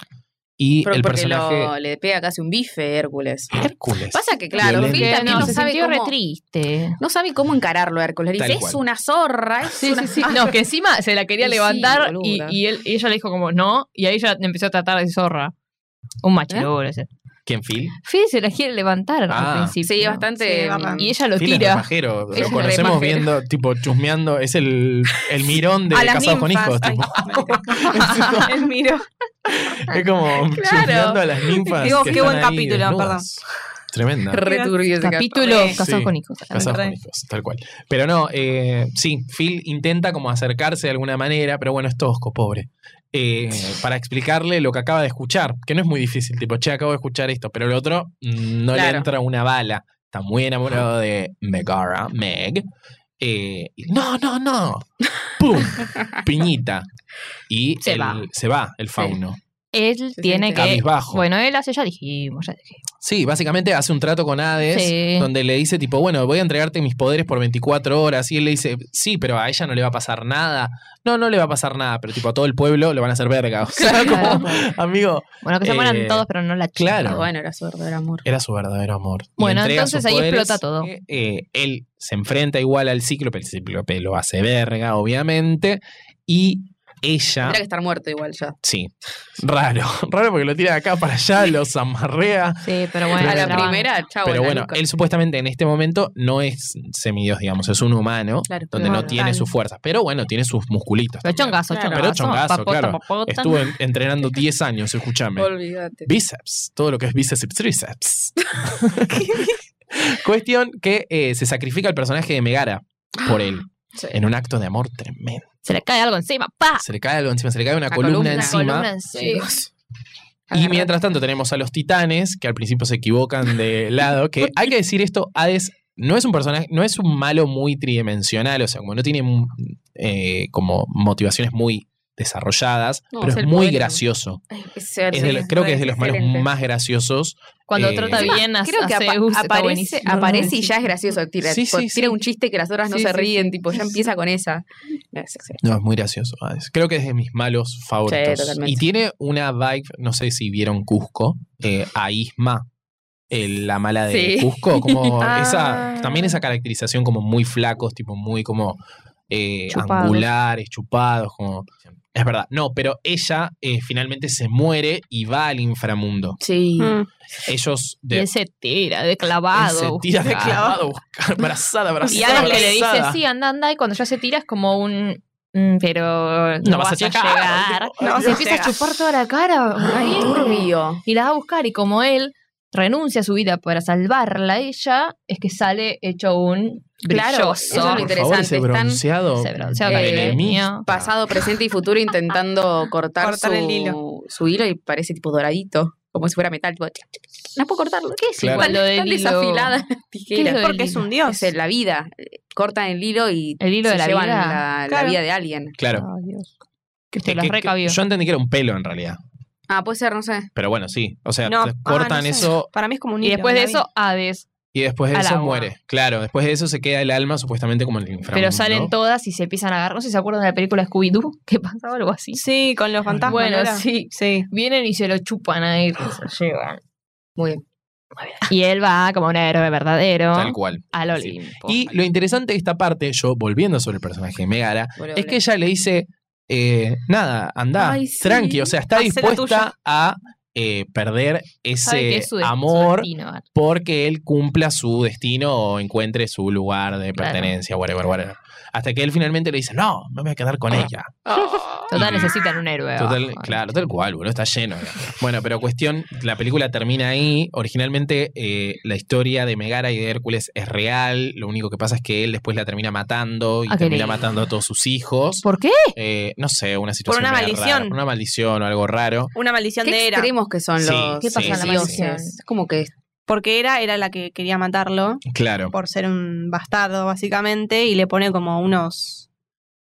Speaker 1: y
Speaker 5: Pero
Speaker 1: el
Speaker 5: porque
Speaker 1: personaje
Speaker 5: lo- le pega casi un bife a Hércules.
Speaker 1: Hércules.
Speaker 5: Pasa que, claro,
Speaker 1: Violento.
Speaker 5: Phil
Speaker 2: Pero
Speaker 5: también
Speaker 2: no,
Speaker 5: no,
Speaker 2: se
Speaker 5: sabe
Speaker 2: sintió
Speaker 5: cómo,
Speaker 2: re triste.
Speaker 5: no sabe cómo encararlo a Hércules. Le
Speaker 1: Tal
Speaker 5: dice,
Speaker 1: cual.
Speaker 5: es una zorra, es
Speaker 2: Ah, Sí,
Speaker 5: una...
Speaker 2: sí, sí. No, que encima se la quería
Speaker 5: Sí,
Speaker 2: levantar y,
Speaker 5: boluda.
Speaker 2: y él, y ella le dijo como no, y ahí ella le empezó a tratar de zorra. Un machirulo ese.
Speaker 1: ¿Quién Phil?
Speaker 2: Phil ¿Eh? se la quiere levantar
Speaker 1: Ah.
Speaker 2: al principio.
Speaker 5: Sí, bastante... mm,
Speaker 3: Sí, bastante.
Speaker 2: Y ella lo
Speaker 1: Phil es
Speaker 2: tira.
Speaker 1: repajero,
Speaker 5: Es
Speaker 1: lo conocemos
Speaker 5: repajero.
Speaker 1: viendo, tipo, chusmeando, es el, el mirón de
Speaker 3: a las
Speaker 1: Casados con
Speaker 3: ninfas.
Speaker 1: Hijos,
Speaker 3: Ay,
Speaker 1: tipo.
Speaker 2: *laughs*
Speaker 3: me- el miro.
Speaker 1: es como chusmeando a las ninfas
Speaker 3: Digo,
Speaker 1: que
Speaker 3: qué
Speaker 1: están
Speaker 3: buen
Speaker 1: ahí
Speaker 3: capítulo,
Speaker 1: desnudas. Tremenda.
Speaker 5: Re turbio ese
Speaker 2: Capítulo
Speaker 3: Re.
Speaker 2: Casados
Speaker 1: Sí.
Speaker 2: con hijos.
Speaker 1: Casados con
Speaker 3: Re.
Speaker 1: hijos, tal cual. Pero no, eh, sí, Phil intenta como acercarse de alguna manera, pero bueno, es tosco, pobre.
Speaker 2: *laughs*
Speaker 1: Eh, para explicarle lo que acaba de escuchar, que no es muy difícil, tipo, che, acabo de escuchar esto, pero el otro mm, no le
Speaker 5: Claro.
Speaker 1: entra una bala. Está muy enamorado de Megara, Meg. Eh, y, no, no, no.
Speaker 2: *laughs*
Speaker 1: ¡Pum! Piñita. Y
Speaker 2: Se
Speaker 1: el-
Speaker 2: va. Eh,
Speaker 1: se va el fauno.
Speaker 2: Él tiene
Speaker 5: siente-
Speaker 2: que.
Speaker 1: Cabizbajo.
Speaker 2: Bueno, él hace, ya dijimos, ya dijimos.
Speaker 1: Sí, básicamente hace un trato con Hades,
Speaker 2: Sí.
Speaker 1: donde le dice tipo, bueno, voy a entregarte mis poderes por 24 horas. Y él le dice, sí, pero a ella no le va a pasar nada. No, no le va a pasar nada, pero tipo a todo el pueblo lo van a hacer verga. *laughs* O sea, como, amigo,
Speaker 2: Bueno, que se mueran
Speaker 1: Eh,
Speaker 2: todos, pero no la chica.
Speaker 1: claro.
Speaker 5: Ah, bueno, era su verdadero amor.
Speaker 1: Era su verdadero amor. Y
Speaker 2: Bueno,
Speaker 1: entrega
Speaker 2: entonces
Speaker 1: sus
Speaker 2: ahí
Speaker 1: poderes.
Speaker 2: explota todo.
Speaker 1: Eh, eh, él se enfrenta igual al cíclope, el cíclope lo hace verga, obviamente. Y ella...
Speaker 5: Tendría que estar muerto igual ya.
Speaker 1: Sí, raro, *laughs* raro porque lo tira de acá para allá, lo zamarrea.
Speaker 2: Sí, pero bueno.
Speaker 5: a la
Speaker 2: pero
Speaker 5: primera, chao.
Speaker 1: Pero
Speaker 5: la
Speaker 1: bueno,
Speaker 5: nuca.
Speaker 1: él supuestamente en este momento no es semidios, digamos, es un humano,
Speaker 5: Claro,
Speaker 1: donde no
Speaker 3: mortal.
Speaker 1: tiene sus fuerzas, pero bueno, tiene sus musculitos.
Speaker 2: Pero
Speaker 1: también.
Speaker 2: chongazo,
Speaker 5: Claro.
Speaker 2: chongazo.
Speaker 1: Pero chongazo,
Speaker 2: Papota,
Speaker 1: claro.
Speaker 2: papota.
Speaker 1: Estuve en- entrenando 10 años, escúchame.
Speaker 5: Olvídate.
Speaker 1: Bíceps, todo lo que es bíceps y tríceps. Cuestión que eh, se sacrifica el personaje de Megara por él, en un acto de amor tremendo.
Speaker 2: Se le cae algo encima. ¡Pa!
Speaker 1: Se le cae algo encima, se le cae una
Speaker 5: La
Speaker 1: columna,
Speaker 5: columna.
Speaker 1: encima.
Speaker 2: Columna encima.
Speaker 1: Y mientras tanto tenemos a los titanes, que al principio se equivocan
Speaker 5: *laughs*
Speaker 1: de lado, que hay que decir esto, Hades no es un personaje, no es un malo muy tridimensional, o sea, como no tiene mm, eh, como motivaciones muy desarrolladas,
Speaker 5: No,
Speaker 1: pero
Speaker 5: es
Speaker 1: es,
Speaker 5: el
Speaker 1: muy
Speaker 5: poeta.
Speaker 1: gracioso.
Speaker 5: Se-
Speaker 1: Es de lo-
Speaker 5: se-
Speaker 1: creo que es de los malos
Speaker 5: excelente.
Speaker 1: más graciosos.
Speaker 2: Cuando
Speaker 1: Eh,
Speaker 2: trata bien a,
Speaker 5: Creo que
Speaker 2: a
Speaker 5: apa-
Speaker 2: Zeus, está
Speaker 5: aparece,
Speaker 2: buenísimo.
Speaker 5: aparece y ya es gracioso. Tira,
Speaker 1: Sí,
Speaker 5: tipo,
Speaker 1: sí,
Speaker 5: tira
Speaker 1: sí.
Speaker 5: un chiste que las horas no
Speaker 2: Sí,
Speaker 5: se
Speaker 2: sí,
Speaker 5: ríen, tipo, ya empieza con esa. Es excelente.
Speaker 1: No, es muy gracioso. Hades. Creo que es de mis malos favoritos.
Speaker 5: Sí, totalmente.
Speaker 1: y tiene una vibe, no sé si vieron Cusco, eh, a Isma, el- la mala de
Speaker 5: Sí.
Speaker 1: Cusco,
Speaker 2: *laughs*
Speaker 1: como
Speaker 5: Ah.
Speaker 1: esa, también esa caracterización como muy flacos, tipo muy como eh,
Speaker 2: Chupados.
Speaker 1: angulares, chupados, como... Es verdad, no, pero ella eh, finalmente se muere y va al inframundo.
Speaker 5: Sí.
Speaker 3: Mm.
Speaker 1: Ellos
Speaker 2: Y
Speaker 1: de,
Speaker 2: él se tira de
Speaker 1: él
Speaker 2: clavado.
Speaker 1: se tira
Speaker 2: *laughs*
Speaker 1: de
Speaker 2: busca.
Speaker 1: clavado, a buscar, abrazada, abrazada.
Speaker 2: Y ahora que le dice,
Speaker 1: abrazada.
Speaker 2: sí, anda, anda, y cuando ya se tira es como un. "Mm, Pero no, vas, a llegar.
Speaker 1: tipo,
Speaker 3: No,
Speaker 1: ay,
Speaker 3: vas
Speaker 2: se
Speaker 3: a
Speaker 2: empieza a
Speaker 3: llegar.
Speaker 2: chupar toda la cara.
Speaker 5: Ay, turbio.
Speaker 2: y la va a buscar. Y como él renuncia a su vida para salvarla a ella, es que sale hecho un
Speaker 5: Claro,
Speaker 2: brilloso.
Speaker 5: eso es lo
Speaker 1: Por favor, ese
Speaker 5: interesante, están-
Speaker 1: bronceado.
Speaker 2: Ese bronceado
Speaker 5: Eh,
Speaker 1: menemista.
Speaker 5: Pasado, presente y futuro intentando cortar,
Speaker 3: Cortar
Speaker 5: su,
Speaker 3: el hilo.
Speaker 5: su hilo y parece tipo doradito, como si fuera metal. tipo, tic, tic, tic. No puedo cortarlo. ¿Qué es
Speaker 1: Claro.
Speaker 5: igual?
Speaker 2: Lo
Speaker 5: Están
Speaker 2: del hilo.
Speaker 5: *laughs* desafiladas las tijeras.
Speaker 2: lo del
Speaker 3: Porque es un dios.
Speaker 5: Es la vida. Cortan el hilo y
Speaker 2: El hilo
Speaker 5: se
Speaker 2: de la
Speaker 5: llevan
Speaker 2: vida.
Speaker 5: La, la
Speaker 3: Claro.
Speaker 5: vida de alguien.
Speaker 1: Claro.
Speaker 2: Ay, Dios.
Speaker 1: Que-
Speaker 2: Te las
Speaker 1: que- que-
Speaker 2: recabió.
Speaker 1: Yo entendí que era un pelo en realidad.
Speaker 5: Ah, puede ser, no sé.
Speaker 1: Pero bueno, sí. O sea,
Speaker 3: No,
Speaker 1: te-
Speaker 3: ah,
Speaker 1: cortan
Speaker 3: no sé.
Speaker 1: eso
Speaker 3: Para mí es como un
Speaker 2: Y
Speaker 3: hilo,
Speaker 2: después de
Speaker 3: Navi.
Speaker 2: eso, Hades.
Speaker 1: y después de
Speaker 2: Al
Speaker 1: eso
Speaker 2: agua.
Speaker 1: muere. Claro, después de eso se queda el alma supuestamente como en el inframundo.
Speaker 2: Pero salen todas y se empiezan a agarrar. No sé si se acuerdan de la película Scooby-Doo, *laughs* que pasaba algo así.
Speaker 3: Sí, con los fantasmas.
Speaker 2: Bueno,
Speaker 3: ¿no era?
Speaker 2: sí.
Speaker 3: Sí.
Speaker 2: Vienen y se lo chupan a él. Se lo llevan.
Speaker 5: Muy bien.
Speaker 2: Ah. Y él va como un héroe verdadero
Speaker 1: Tal cual.
Speaker 2: al
Speaker 1: Sí.
Speaker 2: Olimpo.
Speaker 1: Y lo interesante de esta parte, yo volviendo sobre el personaje de Megara,
Speaker 5: Boludo,
Speaker 1: es que ella le dice, eh, nada, anda,
Speaker 5: Ay, sí.
Speaker 1: tranqui. O sea, está
Speaker 3: Hacé la
Speaker 1: dispuesta
Speaker 3: tuya.
Speaker 1: a eh, perder
Speaker 2: Sabe que
Speaker 1: ese
Speaker 2: es su de- su
Speaker 1: amor
Speaker 2: destino, va.
Speaker 1: porque él cumpla su destino o encuentre su lugar de
Speaker 2: Claro.
Speaker 1: pertenencia, whatever, whatever. Hasta que él finalmente le dice, no, me voy a quedar con ella.
Speaker 2: Total, necesitan un héroe.
Speaker 1: Total,
Speaker 2: va.
Speaker 1: claro, tal cual, boludo, está lleno. Bueno, pero cuestión, la película termina ahí. Originalmente eh, la historia de Megara y de Hércules es real. Lo único que pasa es que él después la termina matando y
Speaker 2: Ah, qué
Speaker 1: termina
Speaker 2: lindo.
Speaker 1: matando a todos sus hijos.
Speaker 2: ¿Por qué?
Speaker 1: Eh, no sé, una situación.
Speaker 3: una
Speaker 1: media
Speaker 3: maldición.
Speaker 1: rara, por una maldición o algo raro.
Speaker 3: Una maldición
Speaker 5: Qué
Speaker 3: de era.
Speaker 5: extremos que son
Speaker 1: Sí,
Speaker 5: los
Speaker 1: ¿Qué pasa en la
Speaker 5: dioses.
Speaker 2: maldición?
Speaker 5: Es como que
Speaker 3: Porque era, era la que quería matarlo
Speaker 1: Claro.
Speaker 3: por ser un bastardo, básicamente, y le pone como unos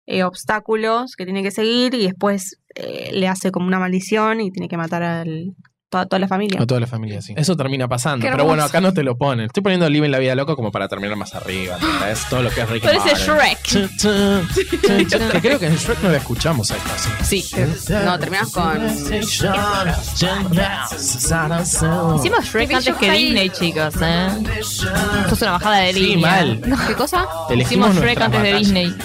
Speaker 3: eh, obstáculos que tiene que seguir y después eh, le hace como una maldición y tiene que matar al, toda, toda la familia.
Speaker 1: A toda la familia, sí. Eso termina pasando.
Speaker 5: Qué
Speaker 1: Pero bueno,
Speaker 5: hermoso.
Speaker 1: acá no te lo ponen. Estoy poniendo Living la Vida Loca como para terminar más arriba. Es todo lo que es Ricky
Speaker 2: Parece Shrek.
Speaker 1: Que creo que en Shrek no la escuchamos a esta. sí.
Speaker 5: Sí, no, terminamos con.
Speaker 2: Hicimos Shrek
Speaker 5: Baby
Speaker 2: antes
Speaker 5: Shark
Speaker 2: que
Speaker 5: ahí.
Speaker 2: Disney, chicos, ¿eh? Esto es una bajada de
Speaker 1: Sí,
Speaker 2: línea.
Speaker 1: mal.
Speaker 5: ¿Qué cosa?
Speaker 1: Elegimos
Speaker 2: Hicimos Shrek
Speaker 1: nuestra
Speaker 2: antes de
Speaker 1: batalla.
Speaker 2: Disney.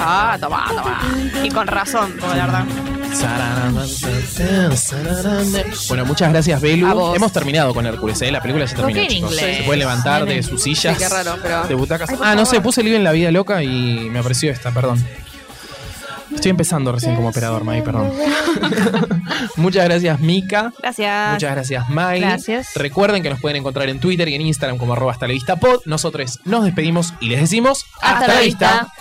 Speaker 5: Ah, toma, toma.
Speaker 3: Y con razón, porque la verdad.
Speaker 1: Bueno, muchas gracias,
Speaker 5: A
Speaker 1: Belu.
Speaker 5: vos.
Speaker 1: Hemos terminado con Hércules, ¿eh? La película ya terminó.
Speaker 2: qué en
Speaker 1: chicos.
Speaker 2: inglés?
Speaker 1: Se puede levantar de
Speaker 2: Realmente.
Speaker 1: sus sillas.
Speaker 5: Sí, qué raro, pero-
Speaker 1: De butacas.
Speaker 5: Ay, por
Speaker 1: ah, no
Speaker 5: favor.
Speaker 1: sé, puse Live en la vida loca y me apareció esta, perdón. Estoy empezando recién como operador, May, perdón. muchas gracias, Mika.
Speaker 3: Gracias.
Speaker 1: Muchas gracias, May.
Speaker 2: Gracias.
Speaker 1: Recuerden que nos pueden encontrar en Twitter y en Instagram como arroba hasta la vista pod. Nosotros nos despedimos y les decimos
Speaker 2: Hasta la vista.